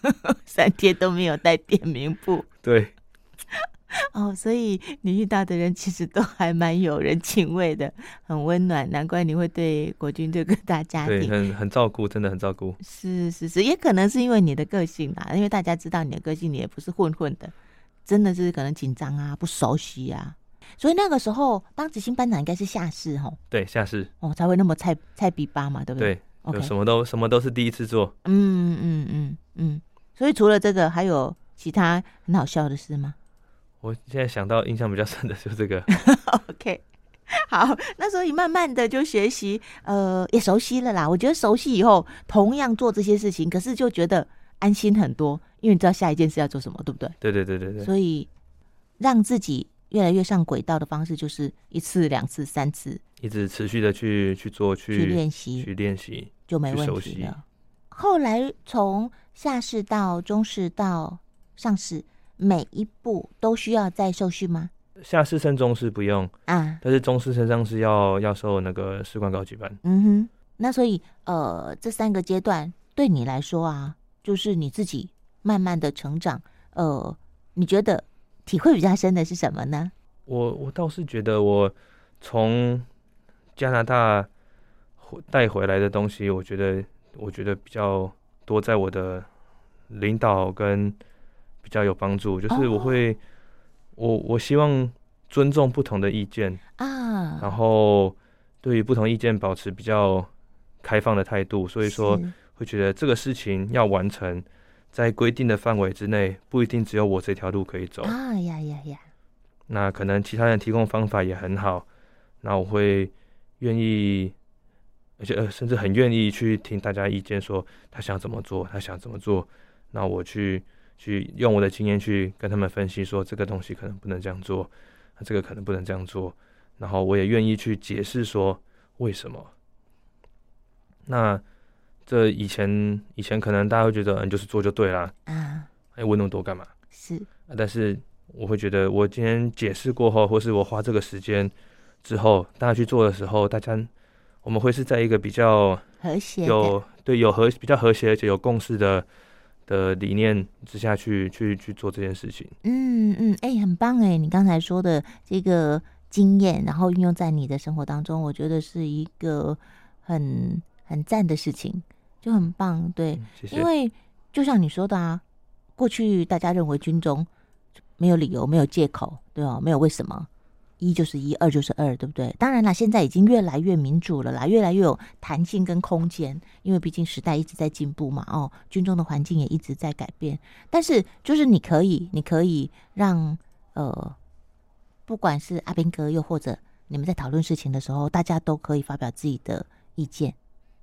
Speaker 1: 三天都没有带点名簿
Speaker 2: 对
Speaker 1: 哦，所以你遇到的人其实都还蛮有人情味的，很温暖，难怪你会对国军这个大家
Speaker 2: 对，
Speaker 1: 庭。
Speaker 2: 很很照顾，真的很照顾，
Speaker 1: 是是是，也可能是因为你的个性啦，因为大家知道你的个性，你也不是混混的，真的是可能紧张啊，不熟悉啊，所以那个时候当执行班长应该是下士吼，
Speaker 2: 对，下士，
Speaker 1: 哦，才会那么菜菜逼巴嘛，对不对？
Speaker 2: 对
Speaker 1: 对，
Speaker 2: 就
Speaker 1: ，OK，
Speaker 2: 什么都什么都是第一次做，
Speaker 1: 嗯嗯嗯嗯，所以除了这个，还有其他很好笑的事吗
Speaker 2: 我现在想到印象比较深的就是这个，
Speaker 1: ？OK，好， 那所以慢慢的就学习，呃，也熟悉了啦。我觉得熟悉以后，同样做这些事情，可是就觉得安心很多，因为你知道下一件事要做什么，对不对？
Speaker 2: 对对对对对，
Speaker 1: 所以让自己越来越上轨道的方式，就是一次、两次、三次
Speaker 2: 一直持续的去去做
Speaker 1: 去
Speaker 2: 去
Speaker 1: 练习，
Speaker 2: 去练习，
Speaker 1: 就没
Speaker 2: 去
Speaker 1: 问
Speaker 2: 熟
Speaker 1: 题
Speaker 2: 悉
Speaker 1: 了。后来从下士到中士到上士，每一步都需要再受训吗？
Speaker 2: 下士升中士不用，
Speaker 1: 啊，
Speaker 2: 但是中士升上士要要受那个士官高级班，
Speaker 1: 嗯哼，那所以呃，这三个阶段对你来说啊，就是你自己慢慢的成长，呃，你觉得体会比较深的是什么呢？
Speaker 2: 我我倒是觉得，我从加拿大回带回来的东西，我觉得我觉得比较多在我的领导跟比较有帮助，就是我
Speaker 1: 哦
Speaker 2: 会，我我希望尊重不同的意见，
Speaker 1: 啊，
Speaker 2: 然后对于不同意见保持比较开放的态度，所以说
Speaker 1: 是
Speaker 2: 会觉得这个事情要完成，在规定的范围之内，不一定只有我这条路可以走。
Speaker 1: 啊呀呀呀，
Speaker 2: 那可能其他人提供方法也很好，那我会愿意，而且呃，甚至很愿意去听大家意见，说他想怎么做，他想怎么做，那我去去用我的经验去跟他们分析，说这个东西可能不能这样做，那这个可能不能这样做，然后我也愿意去解释说为什么。那这以前以前可能大家会觉得，嗯，就是做就对啦，
Speaker 1: 啊，
Speaker 2: 哎，问那么多干嘛？
Speaker 1: 是
Speaker 2: 啊但是我会觉得，我今天解释过后，或是我花这个时间之后，大家去做的时候，大家我们会是在一个比较
Speaker 3: 和谐的，
Speaker 2: 有对有和比较和谐而且有共识的的理念之下去去去做这件事情。
Speaker 3: 嗯嗯，哎、很棒哎！你刚才说的这个经验，然后运用在你的生活当中，我觉得是一个很很赞的事情，就很棒。对，
Speaker 2: 嗯谢
Speaker 3: 因
Speaker 2: 谢。
Speaker 3: 为就像你说的啊，过去大家认为军中没有理由、没有借口，对哦，没有为什么，一就是一，二就是二，对不对？当然啦，现在已经越来越民主了啦，越来越有弹性跟空间，因为毕竟时代一直在进步嘛，哦，军中的环境也一直在改变。但是就是你可以，你可以让呃，不管是阿兵哥，又或者你们在讨论事情的时候，大家都可以发表自己的意见。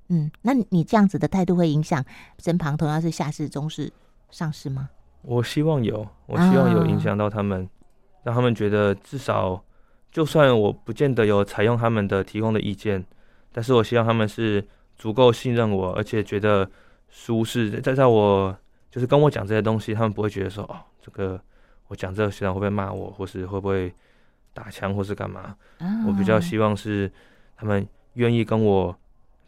Speaker 3: 嗯，那你这样子的态度会影响身旁同样是下士、中士、上士吗？
Speaker 2: 我希望有，我希望有影
Speaker 4: 啊
Speaker 2: 响到他们，让他们觉得至少，就算我不见得有采用他们的提供的意见，但是我希望他们是足够信任我，而且觉得舒适，在在我就是跟我讲这些东西，他们不会觉得说哦，这个我讲这个学长会不会骂我，或是会不会打枪，或是干嘛？
Speaker 4: 嗯
Speaker 2: 我比较
Speaker 1: 啊
Speaker 2: 希望是他们愿意跟我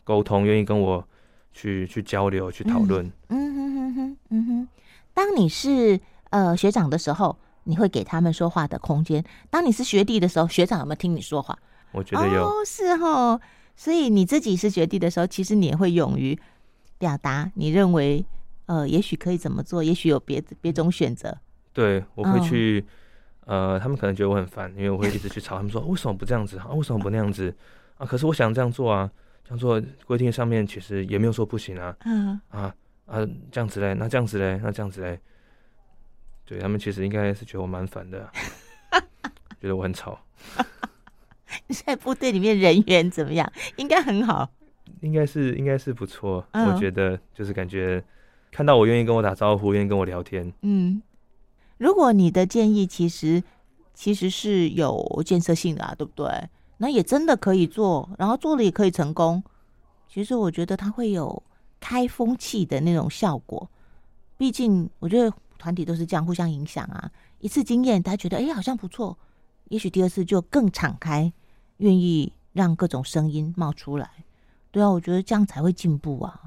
Speaker 2: 沟通，愿意跟我去去交流、去讨
Speaker 4: 嗯
Speaker 2: 论。
Speaker 1: 嗯哼哼哼，嗯哼，
Speaker 4: 当你是呃学长的时候，你会给他们说话的空间；当你是学弟的时候，学长有没有听你说话？
Speaker 2: 我觉得有。
Speaker 1: 哦，是哦，所以你自己是学弟的时候，其实你也会勇于表达你认为，呃，也许可以怎么做，也许有别别种选择。
Speaker 2: 对，我会
Speaker 1: 嗯
Speaker 2: 去，呃，他们可能觉得我很烦，因为我会一直去吵他们说为什么不这样子啊，为什么不那样子啊？可是我想这样做啊，这样做规定上面其实也没有说不行啊，
Speaker 1: 嗯，
Speaker 2: 啊啊，这样子嘞，那这样子嘞，那这样子嘞，对他们其实应该是觉得我蛮烦的啊， 觉得我很吵，
Speaker 1: 在部队里面人缘怎么样？应该很好。
Speaker 2: 应该是应该是不错，
Speaker 1: 嗯
Speaker 2: 我觉得就是感觉看到我愿意跟我打招呼，愿意跟我聊天，
Speaker 1: 嗯，如果你的建议其实其实是有建设性的啊，对不对？那也真的可以做，然后做了也可以成功。其实我觉得它会有开风气的那种效果，毕竟我觉得团体都是这样互相影响啊。一次经验，大家觉得哎、诶好像不错，也许第二次就更敞开，愿意让各种声音冒出来。对啊，我觉得这样才会进步啊，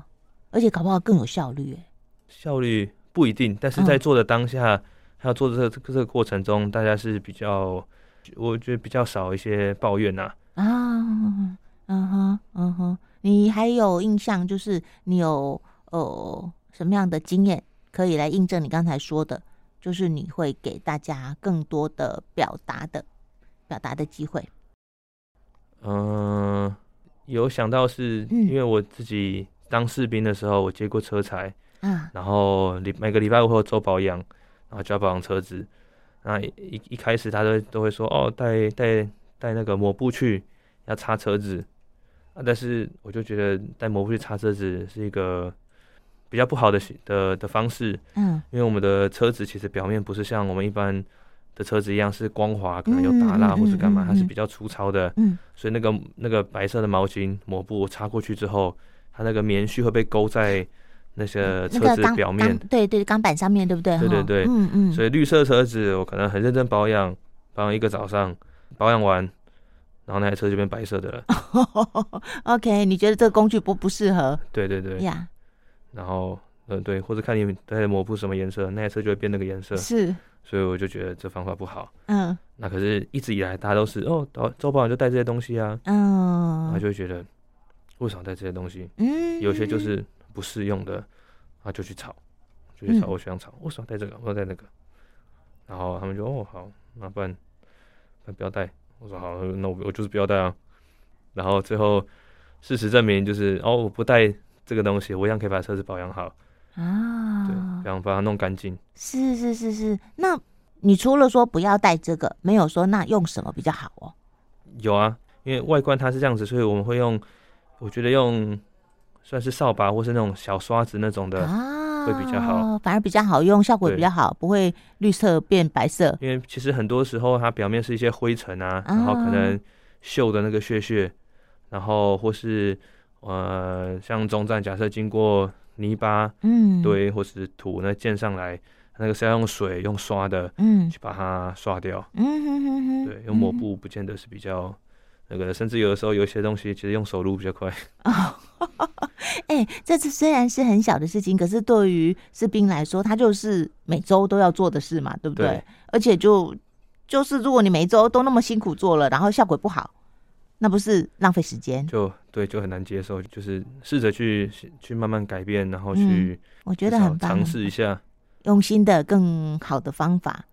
Speaker 1: 而且搞不好更有效率、诶
Speaker 2: 效率不一定，但是在
Speaker 1: 嗯
Speaker 2: 做的当下，还有做的这个这个过程中，大家是比较，我觉得比较少一些抱怨呐、
Speaker 1: 啊，嗯哼，嗯哼，你还有印象，就是你有呃什么样的经验可以来印证你刚才说的，就是你会给大家更多的表达的表达的机会。
Speaker 2: 嗯、有想到是
Speaker 1: 嗯
Speaker 2: 因为我自己当士兵的时候，我接过车柴，
Speaker 1: 啊，
Speaker 2: 然后礼每个礼拜我会有周保养，然后就要保养车子。那一一一开始他都会都会说哦，带带带那个抹布去，要擦车子。啊，但是我就觉得带抹布去擦车子是一个比较不好的习的的方式，
Speaker 1: 嗯，
Speaker 2: 因为我们的车子其实表面不是像我们一般的车子一样是光滑，可能有打
Speaker 1: 嗯嗯
Speaker 2: 蜡
Speaker 1: 嗯
Speaker 2: 或是干嘛
Speaker 1: 嗯，嗯
Speaker 2: 它是比较粗糙的。
Speaker 1: 嗯，
Speaker 2: 所以那个那个白色的毛巾抹布擦过去之后，它那个棉絮会被勾在那些
Speaker 1: 嗯那
Speaker 2: 呃车
Speaker 1: 个
Speaker 2: 子
Speaker 1: 钢
Speaker 2: 表
Speaker 1: 钢
Speaker 2: 面。
Speaker 1: 对对钢板上面对不对？
Speaker 2: 对对
Speaker 1: 哈
Speaker 2: 对
Speaker 1: 嗯嗯，
Speaker 2: 所以绿色车子我可能很认真保养，保养一个早上，保养完，然后那台车就变白色的了。
Speaker 1: OK，你觉得这个工具不不适合
Speaker 2: 对对对，
Speaker 1: 呀？
Speaker 2: 然后呃对，或者看你带的抹布什么颜色，那台车就会变那个颜色。
Speaker 1: 是，
Speaker 2: 所以我就觉得这方法不好。
Speaker 1: 嗯
Speaker 2: 那可是一直以来大家都是哦，周周保养就带这些东西啊，然后
Speaker 1: 嗯
Speaker 2: 就会觉得为什么带这些东西？
Speaker 1: 嗯，
Speaker 2: 有些就是不适用的，啊就去吵，就去吵，
Speaker 1: 嗯
Speaker 2: 我喜欢吵，为什么带这个？我要带那个。然后他们就哦好，那不然那不要带。我说好，那我我就是不要带啊。然后最后事实证明就是哦我不带这个东西，我一样可以把车子保养好，
Speaker 1: 啊，
Speaker 2: 对，然后把它弄干净。
Speaker 1: 是是是是，那你除了说不要带这个，没有说那用什么比较好哦？
Speaker 2: 有啊，因为外观它是这样子，所以我们会用，我觉得用算是扫把或是那种小刷子那种的，
Speaker 1: 啊，
Speaker 2: 会比较好，
Speaker 1: 反而比较好用，效果也
Speaker 2: 对
Speaker 1: 比较好，不会绿色变白色。
Speaker 2: 因为其实很多时候它表面是一些灰尘啊，然后可能锈的那个屑屑，然后或是呃像中站假设经过泥巴
Speaker 1: 嗯，，
Speaker 2: 堆或是土那溅上来，那个是要用水用刷的
Speaker 1: 嗯
Speaker 2: 去把它刷掉，
Speaker 1: 嗯哼哼哼，
Speaker 2: 对，用抹
Speaker 1: 嗯。
Speaker 2: 布不见得是比较。那个的，甚至有的时候有一些东西其实用手撸比较快，
Speaker 1: 嗯 哎、这次虽然是很小的事情，可是对于士兵来说，他就是每周都要做的事嘛，对不对？
Speaker 2: 对
Speaker 1: 而且就就是如果你每周都那么辛苦做了，然后效果不好，那不是浪费时间？
Speaker 2: 就对，就很难接受，就是试着去去慢慢改变，然
Speaker 1: 嗯
Speaker 2: 后去
Speaker 1: 我觉
Speaker 2: 至
Speaker 1: 得
Speaker 2: 少
Speaker 1: 很棒，
Speaker 2: 尝试一下。
Speaker 1: 用新的、更好的方法。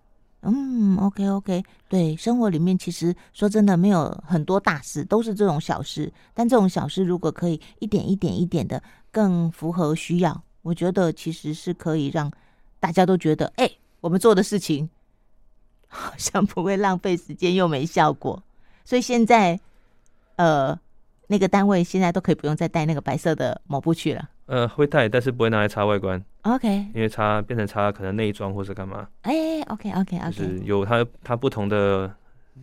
Speaker 1: 嗯，OK OK，对，生活里面其实说真的没有很多大事，都是这种小事。但这种小事如果可以一点一点一点的更符合需要，我觉得其实是可以让大家都觉得，哎、我们做的事情好像不会浪费时间又没效果。所以现在，呃，那个单位现在都可以不用再带那个白色的抹布去了。
Speaker 2: 呃，会带，但是不会拿来插外观，
Speaker 1: ？OK，
Speaker 2: 因为插变成插可能内装或是干嘛，
Speaker 1: 哎，OK OK
Speaker 2: 就
Speaker 1: OK，
Speaker 2: 是有它它不同的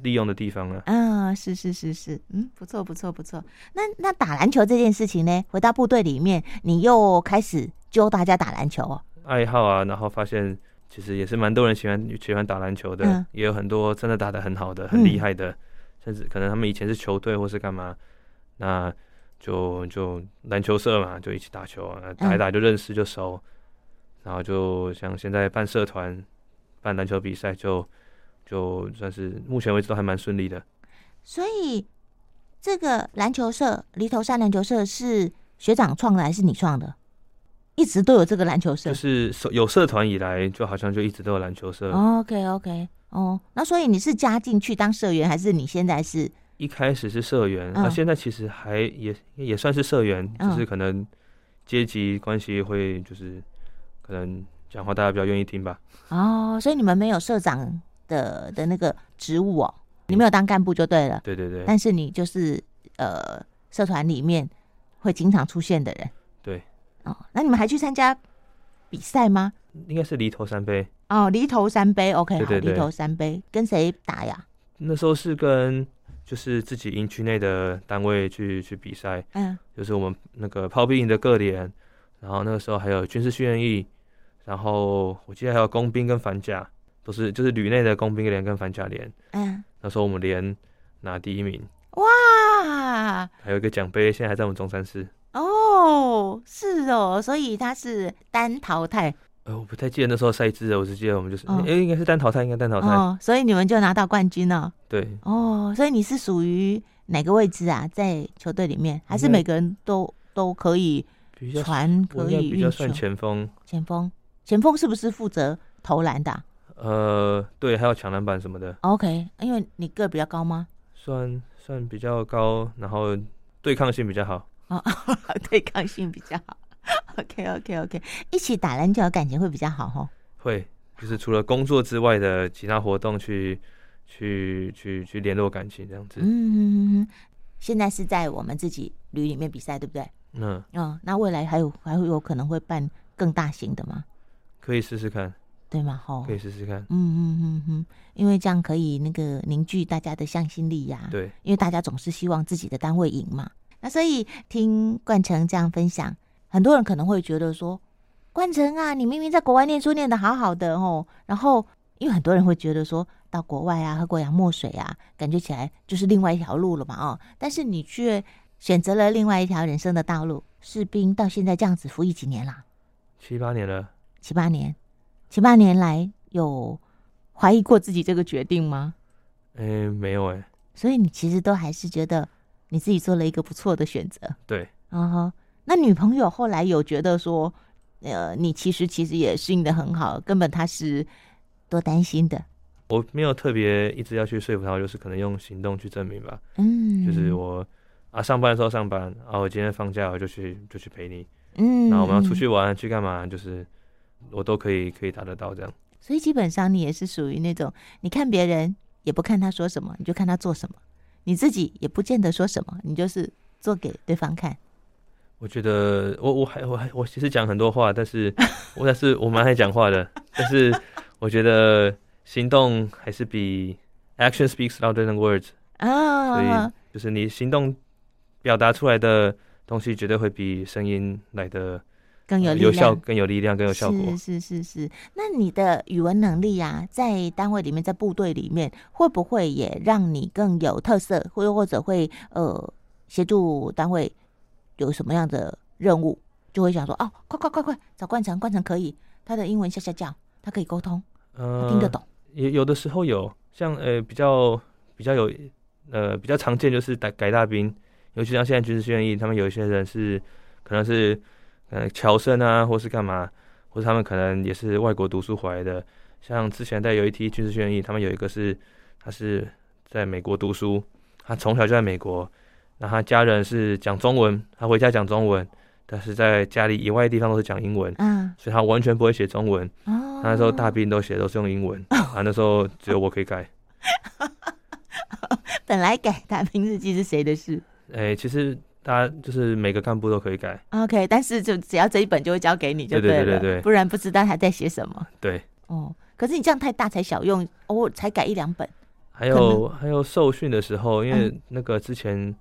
Speaker 2: 利用的地方啊。
Speaker 1: 啊，是是是是，嗯，不错不错不错。那那打篮球这件事情呢，回到部队里面，你又开始揪大家打篮球哦。
Speaker 2: 爱好啊，然后发现其实也是蛮多人喜欢喜欢打篮球的，
Speaker 1: 嗯
Speaker 2: 也有很多真的打得很好的、
Speaker 1: 嗯
Speaker 2: 很厉害的，甚至可能他们以前是球队或是干嘛，那就就篮球社嘛，就一起打球啊，打
Speaker 1: 嗯
Speaker 2: 一打就认识就熟，然后就像现在办社团、办篮球比赛就。就算是目前为止都还蛮顺利的，
Speaker 1: 所以这个篮球社，犁头山篮球社是学长创的还是你创的？一直都有这个篮球社。
Speaker 2: 就是社有社团以来，就好像就一直都有篮球社。
Speaker 1: OK OK，哦，那所以你是加进去当社员，还是你现在是
Speaker 2: 一开始是社员，
Speaker 1: 嗯
Speaker 2: 那、现在其实还也也算是社员，
Speaker 1: 嗯
Speaker 2: 就是可能阶级关系会就是可能讲话大家比较愿意听吧。
Speaker 1: 哦？所以你们没有社长的的那个职务哦，你没有当干部就对了，
Speaker 2: 对对对，
Speaker 1: 但是你就是呃社团里面会经常出现的人。
Speaker 2: 对，
Speaker 1: 哦，那你们还去参加比赛吗？
Speaker 2: 应该是犁头三杯，
Speaker 1: 哦，犁头三杯，OK，
Speaker 2: 对
Speaker 1: 好，
Speaker 2: 对对
Speaker 1: 犁头三杯跟谁打呀？
Speaker 2: 那时候是跟就是自己营区内的单位去去比赛，
Speaker 1: 嗯，
Speaker 2: 就是我们那个炮兵营的各连，然后那个时候还有军事训练役，然后我记得还有工兵跟反甲，都是就是旅内的工兵连跟反甲连，
Speaker 1: 嗯，
Speaker 2: 那时候我们连拿第一名，
Speaker 1: 哇，
Speaker 2: 还有一个奖杯，现在还在我们中山市。
Speaker 1: 哦，是哦，所以他是单淘汰
Speaker 2: 呃，我不太记得那时候赛制了，我只记得我们就是，哎、
Speaker 1: 哦
Speaker 2: 应该是单淘汰，应该单淘汰。
Speaker 1: 哦，所以你们就拿到冠军了。
Speaker 2: 对，
Speaker 1: 哦，所以你是属于哪个位置啊？在球队里面，还是
Speaker 2: 应该
Speaker 1: 每个人都都可以
Speaker 2: 比较
Speaker 1: 传，
Speaker 2: 我
Speaker 1: 可
Speaker 2: 应该
Speaker 1: 以
Speaker 2: 比
Speaker 1: 运
Speaker 2: 较
Speaker 1: 球
Speaker 2: 算？前锋。
Speaker 1: 前锋，前锋是不是负责投篮的啊、
Speaker 2: 呃，对，还有抢篮板什么的，
Speaker 1: OK，因为你个儿比较高吗？
Speaker 2: 算算比较高，然后对抗性比较好。
Speaker 1: 对抗性比较好。OK OK OK，一起打篮球感情会比较好哦。
Speaker 2: 会，就是除了工作之外的其他活动去去去去联络感情这样子。
Speaker 1: 嗯，现在是在我们自己旅里面比赛，对不对？
Speaker 2: 嗯，
Speaker 1: 嗯，那未来还有还会有可能会办更大型的吗？
Speaker 2: 可以试试看，
Speaker 1: 对吗？吼，
Speaker 2: 可以试试看。
Speaker 1: 嗯嗯嗯嗯，因为这样可以那个凝聚大家的向心力呀、
Speaker 2: 对，
Speaker 1: 因为大家总是希望自己的单位赢嘛。那所以听冠成这样分享，很多人可能会觉得说，冠成啊，你明明在国外念书念得好好的哦，然后因为很多人会觉得说，到国外啊喝过洋墨水啊，感觉起来就是另外一条路了嘛哦，但是你却选择了另外一条人生的道路，士兵到现在这样子服役几年啦？
Speaker 2: 七八年了，
Speaker 1: 七八年，七八年来有怀疑过自己这个决定吗？
Speaker 2: 哎、没有哎、
Speaker 1: 所以你其实都还是觉得你自己做了一个不错的选择。
Speaker 2: 对，
Speaker 1: 嗯哼，那女朋友后来有觉得说，呃，你其实其实也适应的很好，根本她是多担心的。
Speaker 2: 我没有特别一直要去说服他，我就是可能用行动去证明吧。
Speaker 1: 嗯，
Speaker 2: 就是，我啊上班的时候上班，啊我今天放假我就去就去陪你，
Speaker 1: 嗯，
Speaker 2: 然后我们要出去玩去干嘛，就是我都可以可以达得到这样。
Speaker 1: 所以基本上你也是属于那种，你看别人也不看他说什么，你就看他做什么，你自己也不见得说什么，你就是做给对方看。
Speaker 2: 我觉得我我还我还我其实讲很多话，但 是我但是我蛮爱讲话的，但是我觉得行动还是比 action speaks louder than words，所以
Speaker 1: 啊，
Speaker 2: 就是你行动表达出来的东西绝对会比声音来的
Speaker 1: 更有力
Speaker 2: 呃有
Speaker 1: 量，
Speaker 2: 效、更有力量、更有效果。
Speaker 1: 是是是是，那你的语文能力啊，在单位里面，在部队里面，会不会也让你更有特色，或又或者会呃协助单位有什么样的任务，就会想说哦，快快快快找冠成，冠成可以，他的英文下下叫，他可以沟通，他
Speaker 2: 嗯，
Speaker 1: 听得懂。
Speaker 2: 也有的时候有，像呃比较比较有呃比较常见就是改改大兵，尤其像现在军事训练营，他们有一些人是可能是呃侨生啊，或是干嘛，或是他们可能也是外国读书回来的。像之前在有一批军事训练营，他们有一个是他是在美国读书，他从小就在美国，那他家人是讲中文，他回家讲中文，但是在家里以外的地方都是讲英文，
Speaker 1: 嗯，
Speaker 2: 所以他完全不会写中文。
Speaker 1: 哦，
Speaker 2: 他那时 候大兵都写都是用英文啊，那时候只有我可以改。
Speaker 1: 本来改大兵日记是谁的事？
Speaker 2: 哎、其实大家就是每个干部都可以改。
Speaker 1: OK，但是就只要这一本就会交给你就
Speaker 2: 对对
Speaker 1: 了，
Speaker 2: 对对对
Speaker 1: 不然不知道他在写什么。
Speaker 2: 对，
Speaker 1: 哦，可是你这样太大材小用，偶尔才改一两本。
Speaker 2: 还
Speaker 1: 可
Speaker 2: 有
Speaker 1: 能嗯
Speaker 2: 还有受训的时候，因为那个之前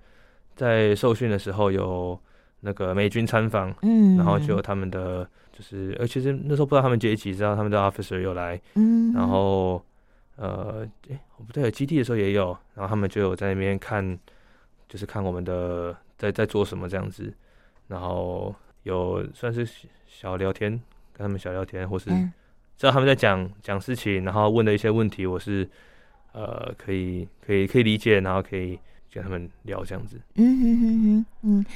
Speaker 2: 在受训的时候有那个美军参访，
Speaker 1: 嗯，
Speaker 2: 然后就有他们的就是，呃，其实那时候不知道他们阶级，知道他们的 officer 有来，
Speaker 1: 嗯，
Speaker 2: 然后呃，诶，不对，基地的时候也有，然后他们就有在那边看，就是看我们的在在做什么这样子，然后有算是小小聊天，跟他们小聊天，或是
Speaker 1: 嗯
Speaker 2: 知道他们在讲讲事情，然后问的一些问题，我是呃可以可以可以理解，然后可以跟他们聊这样子。
Speaker 1: 嗯哼哼哼，嗯，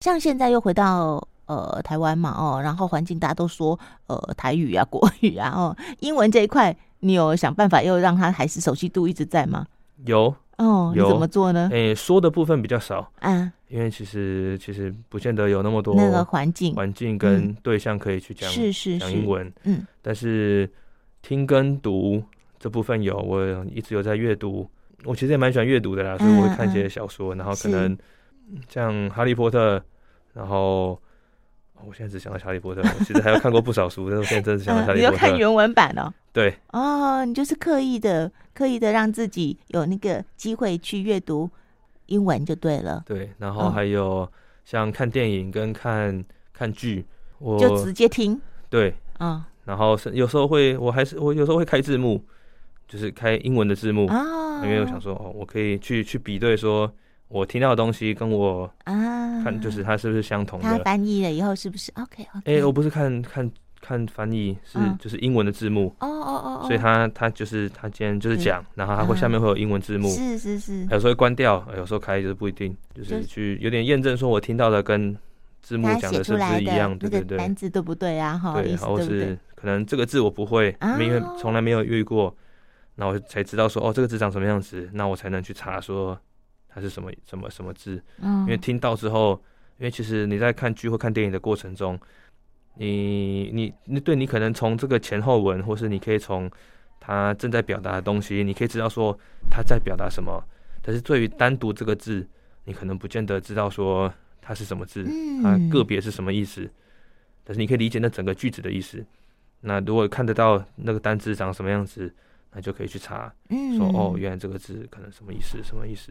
Speaker 1: 像现在又回到呃台湾嘛，哦，然后环境大家都说呃台语啊、国语啊，哦，英文这一块，你有想办法又让他还是熟悉度一直在吗？
Speaker 2: 有，
Speaker 1: 哦，你
Speaker 2: 有
Speaker 1: 怎么做呢？
Speaker 2: 诶、说的部分比较少，
Speaker 1: 啊，
Speaker 2: 因为其实其实不见得有那么多
Speaker 1: 那个环境
Speaker 2: 环境跟对象可以去讲
Speaker 1: 是是
Speaker 2: 讲英
Speaker 1: 是，
Speaker 2: 文，
Speaker 1: 嗯
Speaker 2: 但是听跟读这部分有，我一直有在阅读。我其实也蛮喜欢阅读
Speaker 1: 嗯
Speaker 2: 的啦，所以我会看一些小说，然后可能像《哈利波特》，然后哦我现在只想到《哈利波特》，我其实还有看过不少书，但是我现在真的想到《哈
Speaker 1: 嗯，你
Speaker 2: 利
Speaker 1: 要
Speaker 2: 波特
Speaker 1: 看》。原文版哦。
Speaker 2: 对，
Speaker 1: 哦，你就是刻意的、刻意的让自己有那个机会去阅读英文就对了，
Speaker 2: 对，然后还有像看电影跟看看剧，我
Speaker 1: 就直接听
Speaker 2: 对，
Speaker 1: 啊。
Speaker 2: 然后是有时候会，我还是我有时候会开字幕，就是开英文的字幕，
Speaker 1: 哦，
Speaker 2: 因为我想说，哦，我可以去去比对，说我听到的东西跟我
Speaker 1: 啊，
Speaker 2: 看，就是它是不是相同
Speaker 1: 他
Speaker 2: 的。
Speaker 1: 翻译了以后是不是 OK OK？
Speaker 2: 哎、我不是看看看翻译，是
Speaker 1: 嗯
Speaker 2: 就是英文的字幕，
Speaker 1: 哦哦哦，
Speaker 2: 所以它它就是它今天就是
Speaker 1: 嗯
Speaker 2: 讲，然后它会
Speaker 1: 啊
Speaker 2: 下面会有英文字幕，
Speaker 1: 是是是，
Speaker 2: 有时候会关掉，有时候开，就是不一定，就
Speaker 1: 就是
Speaker 2: 去有点验证说我听到的跟字幕
Speaker 1: 他
Speaker 2: 讲
Speaker 1: 写
Speaker 2: 的
Speaker 1: 出
Speaker 2: 是不
Speaker 1: 来
Speaker 2: 是一样，
Speaker 1: 的那
Speaker 2: 对对
Speaker 1: 个
Speaker 2: 对。
Speaker 1: 单字对不对啊？哈，
Speaker 2: 对，
Speaker 1: 意
Speaker 2: 然
Speaker 1: 思
Speaker 2: 后
Speaker 1: 对不对
Speaker 2: 是？可能这个字我不会，
Speaker 1: 啊
Speaker 2: 因为从来没有遇过，那我才知道说哦，这个字长什么样子，那我才能去查说它是什么什么什么字。
Speaker 1: 嗯
Speaker 2: 因为听到之后，因为其实你在看剧或看电影的过程中，你你你对你可能从这个前后文，或是你可以从他正在表达的东西，你可以知道说他在表达什么。但是对于单独这个字，你可能不见得知道说它是什么字。它
Speaker 1: 嗯
Speaker 2: 个别是什么意思，但是你可以理解那整个句子的意思。那如果看得到那个单字长什么样子，那就可以去查，
Speaker 1: 嗯
Speaker 2: 说哦，原来这个字可能什么意思，什么意思，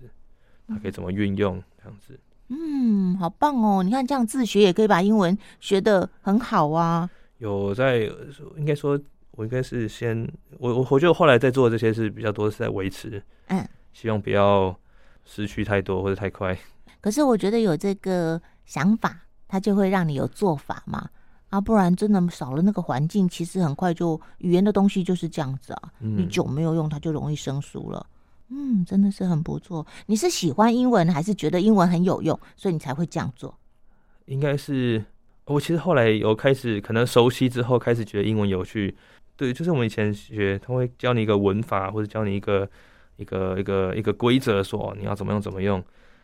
Speaker 2: 它可以怎么运用这样子。
Speaker 1: 嗯，好棒哦！你看这样自学也可以把英文学的很好啊。
Speaker 2: 有在应该说，我应该是先我我我觉得后来在做这些是比较多是在维持，
Speaker 1: 嗯，
Speaker 2: 希望不要失去太多或者太快。
Speaker 1: 可是我觉得有这个想法，它就会让你有做法嘛。啊，不然真的少了那个环境，其实很快就语言的东西就是这样子啊。你
Speaker 2: 嗯，
Speaker 1: 久没有用，它就容易生疏了。嗯，真的是很不错。你是喜欢英文，还是觉得英文很有用，所以你才会这样做？
Speaker 2: 应该是我其实后来有开始可能熟悉之后，开始觉得英文有趣。对，就是我们以前学，他会教你一个文法，或者教你一个一个一个一个规则，说哦你要怎么用怎么用。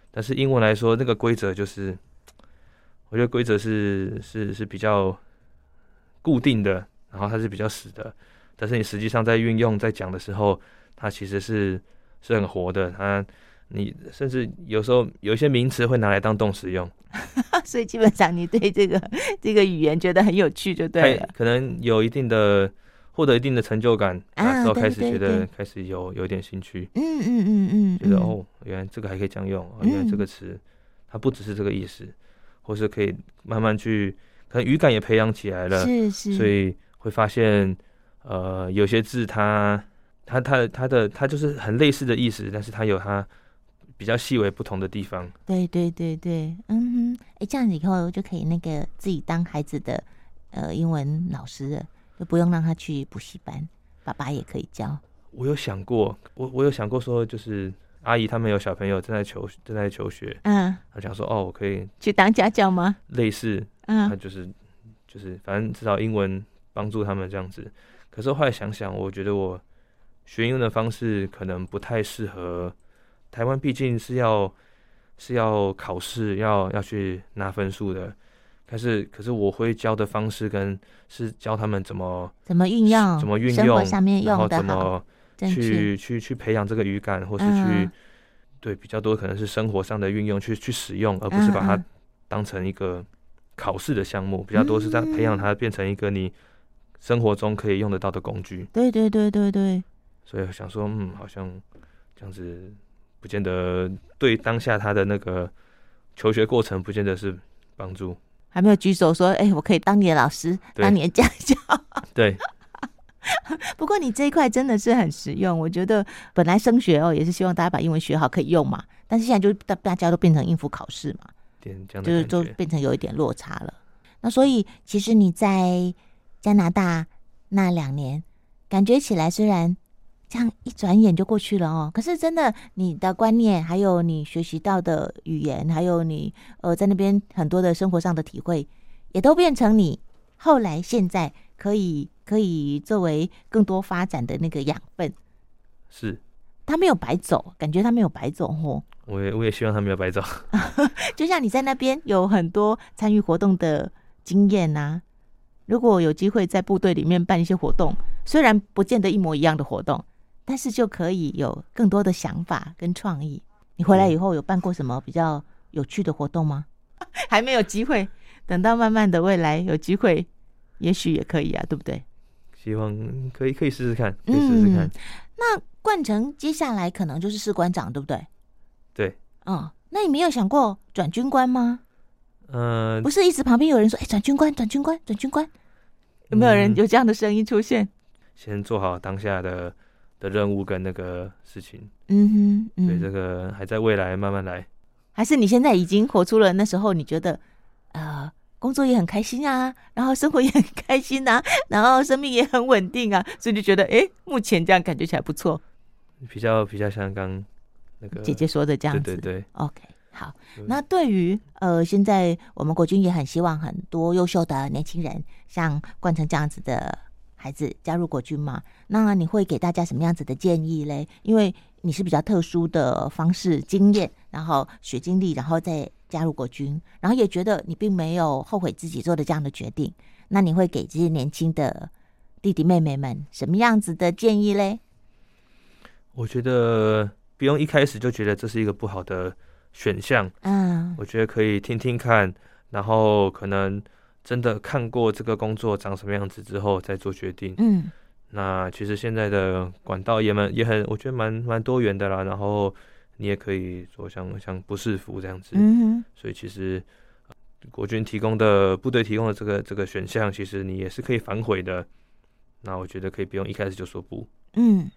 Speaker 2: 但是英文来说，那个规则就是，我觉得规则是是是比较固定的，然后它是比较死的。但是你实际上在运用在讲的时候，它其实是是很活的。它你甚至有时候有一些名词会拿来当动词用。
Speaker 1: 所以基本上你对这个这个语言觉得很有趣，就对
Speaker 2: 开
Speaker 1: 了。
Speaker 2: 可能有一定的获得一定的成就感，
Speaker 1: 啊
Speaker 2: 那之后
Speaker 1: 对
Speaker 2: 开始
Speaker 1: 对
Speaker 2: 觉
Speaker 1: 对
Speaker 2: 得开始有有点兴趣，
Speaker 1: 嗯嗯嗯嗯，
Speaker 2: 觉得
Speaker 1: 嗯，
Speaker 2: 哦，原来这个还可以这样用，哦原来这
Speaker 1: 嗯
Speaker 2: 个词它不只是这个意思，或是可以慢慢去，可能语感也培养起来了，
Speaker 1: 是是，
Speaker 2: 所以会发现呃有些字它它它它的它就是很类似的意思，但是它有它比较细微不同的地方。
Speaker 1: 对对对对，嗯哼，哎，这样子以后就可以那个自己当孩子的呃英文老师了，就不用让他去补习班，爸爸也可以教。
Speaker 2: 我有想过，我我有想过说就是。阿姨他们有小朋友正在求正在求学，
Speaker 1: 嗯，
Speaker 2: 他讲说哦，我可以
Speaker 1: 去当家教吗？
Speaker 2: 类似，他
Speaker 1: 嗯
Speaker 2: 就是就是反正至少英文帮助他们这样子。可是后来想想，我觉得我学英文的方式可能不太适合台湾，毕竟是要是要考试，要要去拿分数的。但是可是我会教的方式跟是教他们怎么
Speaker 1: 怎么运用？
Speaker 2: 怎么运
Speaker 1: 生活
Speaker 2: 用，
Speaker 1: 上面
Speaker 2: 然后
Speaker 1: 用的
Speaker 2: 怎
Speaker 1: 好，
Speaker 2: 么
Speaker 1: 正确。
Speaker 2: 去去去培养这个语感，或是去、
Speaker 1: 嗯
Speaker 2: 对对比较多可能是生活上的运用去去使用，而不是把
Speaker 5: 嗯
Speaker 2: 它
Speaker 5: 嗯
Speaker 2: 当成一个考试的项目，比较多是在培
Speaker 5: 嗯
Speaker 2: 养它变成一个你生活中可以用得到的工具。
Speaker 5: 对对对对对，
Speaker 2: 所以想说，嗯，好像这样子不见得对当下他的那个求学过程不见得是帮助。
Speaker 5: 还没有举手说，哎、我可以当你的老师，
Speaker 2: 对
Speaker 5: 当你的家教。
Speaker 2: 对，
Speaker 5: 不过你这一块真的是很实用，我觉得本来升学哦也是希望大家把英文学好可以用嘛，但是现在就大大家都变成应付考试嘛，
Speaker 2: 点这样
Speaker 5: 就是
Speaker 2: 的
Speaker 5: 就
Speaker 2: 感觉。
Speaker 5: 变成有一点落差了。
Speaker 1: 那所以其实你在加拿大那两年，感觉起来虽然这样一转眼就过去了哦，可是真的你的观念，还有你学习到的语言，还有你呃在那边很多的生活上的体会，也都变成你后来现在可以可以作为更多发展的那个养分。
Speaker 2: 是，
Speaker 1: 他没有白走，感觉他没有白走哦。
Speaker 2: 我也我也希望他没有白找。
Speaker 1: 就像你在那边有很多参与活动的经验呐、
Speaker 5: 啊如果有机会在部队里面办一些活动，虽然不见得一模一样的活动，但是就可以有更多的想法跟创意。你回来以后有办过什么比较有趣的活动吗？ 还没有机会，等到慢慢的未来有机会，也许也可以啊，对不对？
Speaker 2: 希望可以可以试试看，可以试试看。
Speaker 1: 嗯那冠城接下来可能就是士官长，对不对？
Speaker 2: 对，
Speaker 5: 哦
Speaker 1: 嗯，那你没有想过转军官吗？
Speaker 2: 嗯、
Speaker 1: 不是一直旁边有人说，哎、转军官，转军官，转军官。
Speaker 5: 有没有人
Speaker 2: 嗯
Speaker 5: 有这样的声音出现？
Speaker 2: 先做好当下的的任务跟那个事情，
Speaker 1: 嗯哼，
Speaker 2: 所以这
Speaker 1: 嗯，
Speaker 2: 个还在未来慢慢来。
Speaker 5: 还是你现在已经活出了那时候你觉得，呃，工作也很开心啊，然后生活也很开心啊， 然后生命也很稳定啊，所以就觉得，诶，目前这样感觉起来不错。
Speaker 2: 比较比较像刚那个
Speaker 5: 姐姐说的这样
Speaker 2: 对
Speaker 5: 子。
Speaker 2: 对对，
Speaker 1: OK，好。
Speaker 2: 对
Speaker 1: 那对于呃，现在我们国军也很希望很多优秀的年轻人，像冠城这样子的孩子加入国军嘛。那你会给大家什么样子的建议嘞？因为你是比较特殊的方式、经验，然后学经历，然后再加入国军，然后也觉得你并没有后悔自己做的这样的决定。那你会给这些年轻的弟弟妹妹们什么样子的建议嘞？
Speaker 2: 我觉得不用一开始就觉得这是一个不好的选项，
Speaker 1: 嗯
Speaker 2: 我觉得可以听听看，然后可能真的看过这个工作长什么样子之后再做决定。
Speaker 1: 嗯
Speaker 2: 那其实现在的管道也蛮也很，我觉得蛮蛮多元的啦。然后你也可以做像像不是服这样子，
Speaker 1: 嗯哼
Speaker 2: 所以其实呃国军提供的部队提供的这个这个选项，其实你也是可以反悔的。那我觉得可以不用一开始就说不，
Speaker 1: 嗯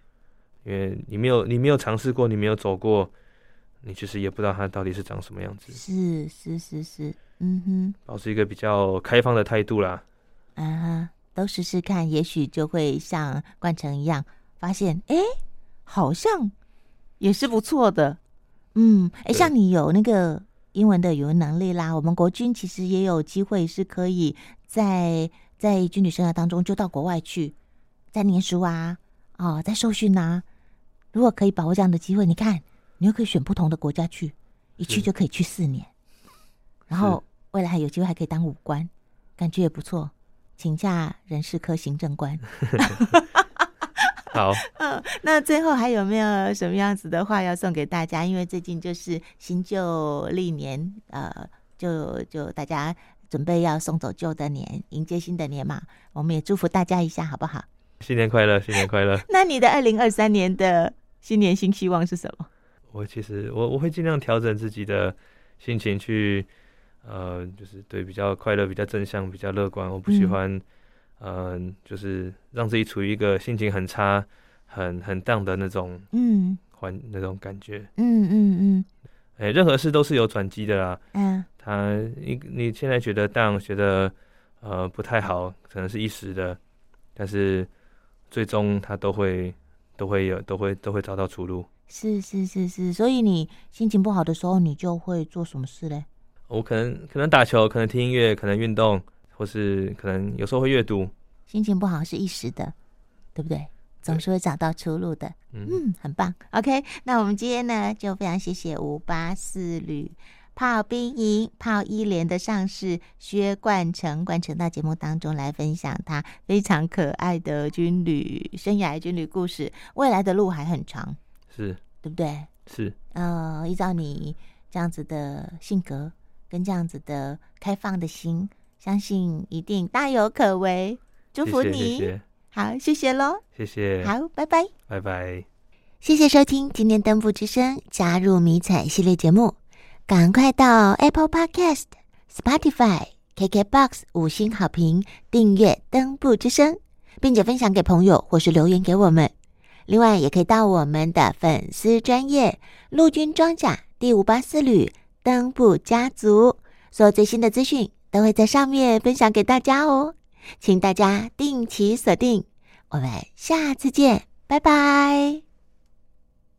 Speaker 2: 因为你没有你没有尝试过，你没有走过，你其实也不知道它到底是长什么样子。
Speaker 1: 是是是是，嗯哼。
Speaker 2: 保持一个比较开放的态度啦。
Speaker 1: 啊哈，都试试看，也许就会像冠城一样，发现哎，诶
Speaker 5: 好像也是不错的。
Speaker 1: 嗯，哎，
Speaker 2: 对
Speaker 1: 像你有那个英文的语文能力啦，我们国军其实也有机会是可以在在军旅生涯当中就到国外去，在念书啊，哦，在受训啊，如果可以把握这样的机会，你看，你又可以选不同的国家去，一去
Speaker 2: 是
Speaker 1: 就可以去四年，然后未来还有机会还可以当武官，感觉也不错，请假人事科行政官。
Speaker 2: 好，
Speaker 5: 嗯，那最后还有没有什么样子的话要送给大家？因为最近就是新旧历年，呃，
Speaker 1: 就就大家准备要送走旧的年，迎接新的年嘛，我们也祝福大家一下，好不好？
Speaker 2: 新年快乐，新年快乐。
Speaker 5: 那你的二零二三年的新年新希望是什么？
Speaker 2: 我其实我我会尽量调整自己的心情去，呃，就是对比较快乐、比较正向、比较乐观。我不喜
Speaker 1: 嗯
Speaker 2: 欢，嗯、就是让自己处于一个心情很差、很很 down 的那种
Speaker 1: 嗯
Speaker 2: 环那种感觉。
Speaker 1: 嗯嗯
Speaker 2: 哎、任何事都是有转机的啦。
Speaker 1: 嗯嗯
Speaker 2: 他你你现在觉得 down，觉得呃不太好，可能是一时的，但是最终他都会都会有都会都会找到出路。
Speaker 1: 是是是是，所以你心情不好的时候，你就会做什么事嘞？
Speaker 2: 我可能可能打球，可能听音乐，可能运动，或是可能有时候会阅读。
Speaker 1: 心情不好是一时的，对不对？总是会找到出路的。
Speaker 2: 嗯，
Speaker 1: 嗯，很棒。OK，那我们今天呢就非常谢谢五八四旅炮兵营炮一连的上士薛冠成，冠成到节目当中来分享他非常可爱的军旅生涯、军旅故事。未来的路还很长，
Speaker 2: 是
Speaker 1: 对不对？
Speaker 2: 是
Speaker 1: 呃，依照你这样子的性格跟这样子的开放的心，相信一定大有可为。祝福你，
Speaker 2: 谢谢
Speaker 1: 好，谢谢喽，
Speaker 2: 谢谢，
Speaker 1: 好，拜拜。
Speaker 2: 拜拜。
Speaker 1: 谢谢收听今天登不之声加入迷彩系列节目，赶快到 Apple Podcast、Spotify、KKBox 五星好评订阅登不之声，并且分享给朋友或是留言给我们。另外，也可以到我们的粉丝专业陆军装甲第五八四旅登不家族，所有最新的资讯都会在上面分享给大家哦，请大家定期锁定。我们下次见，拜拜。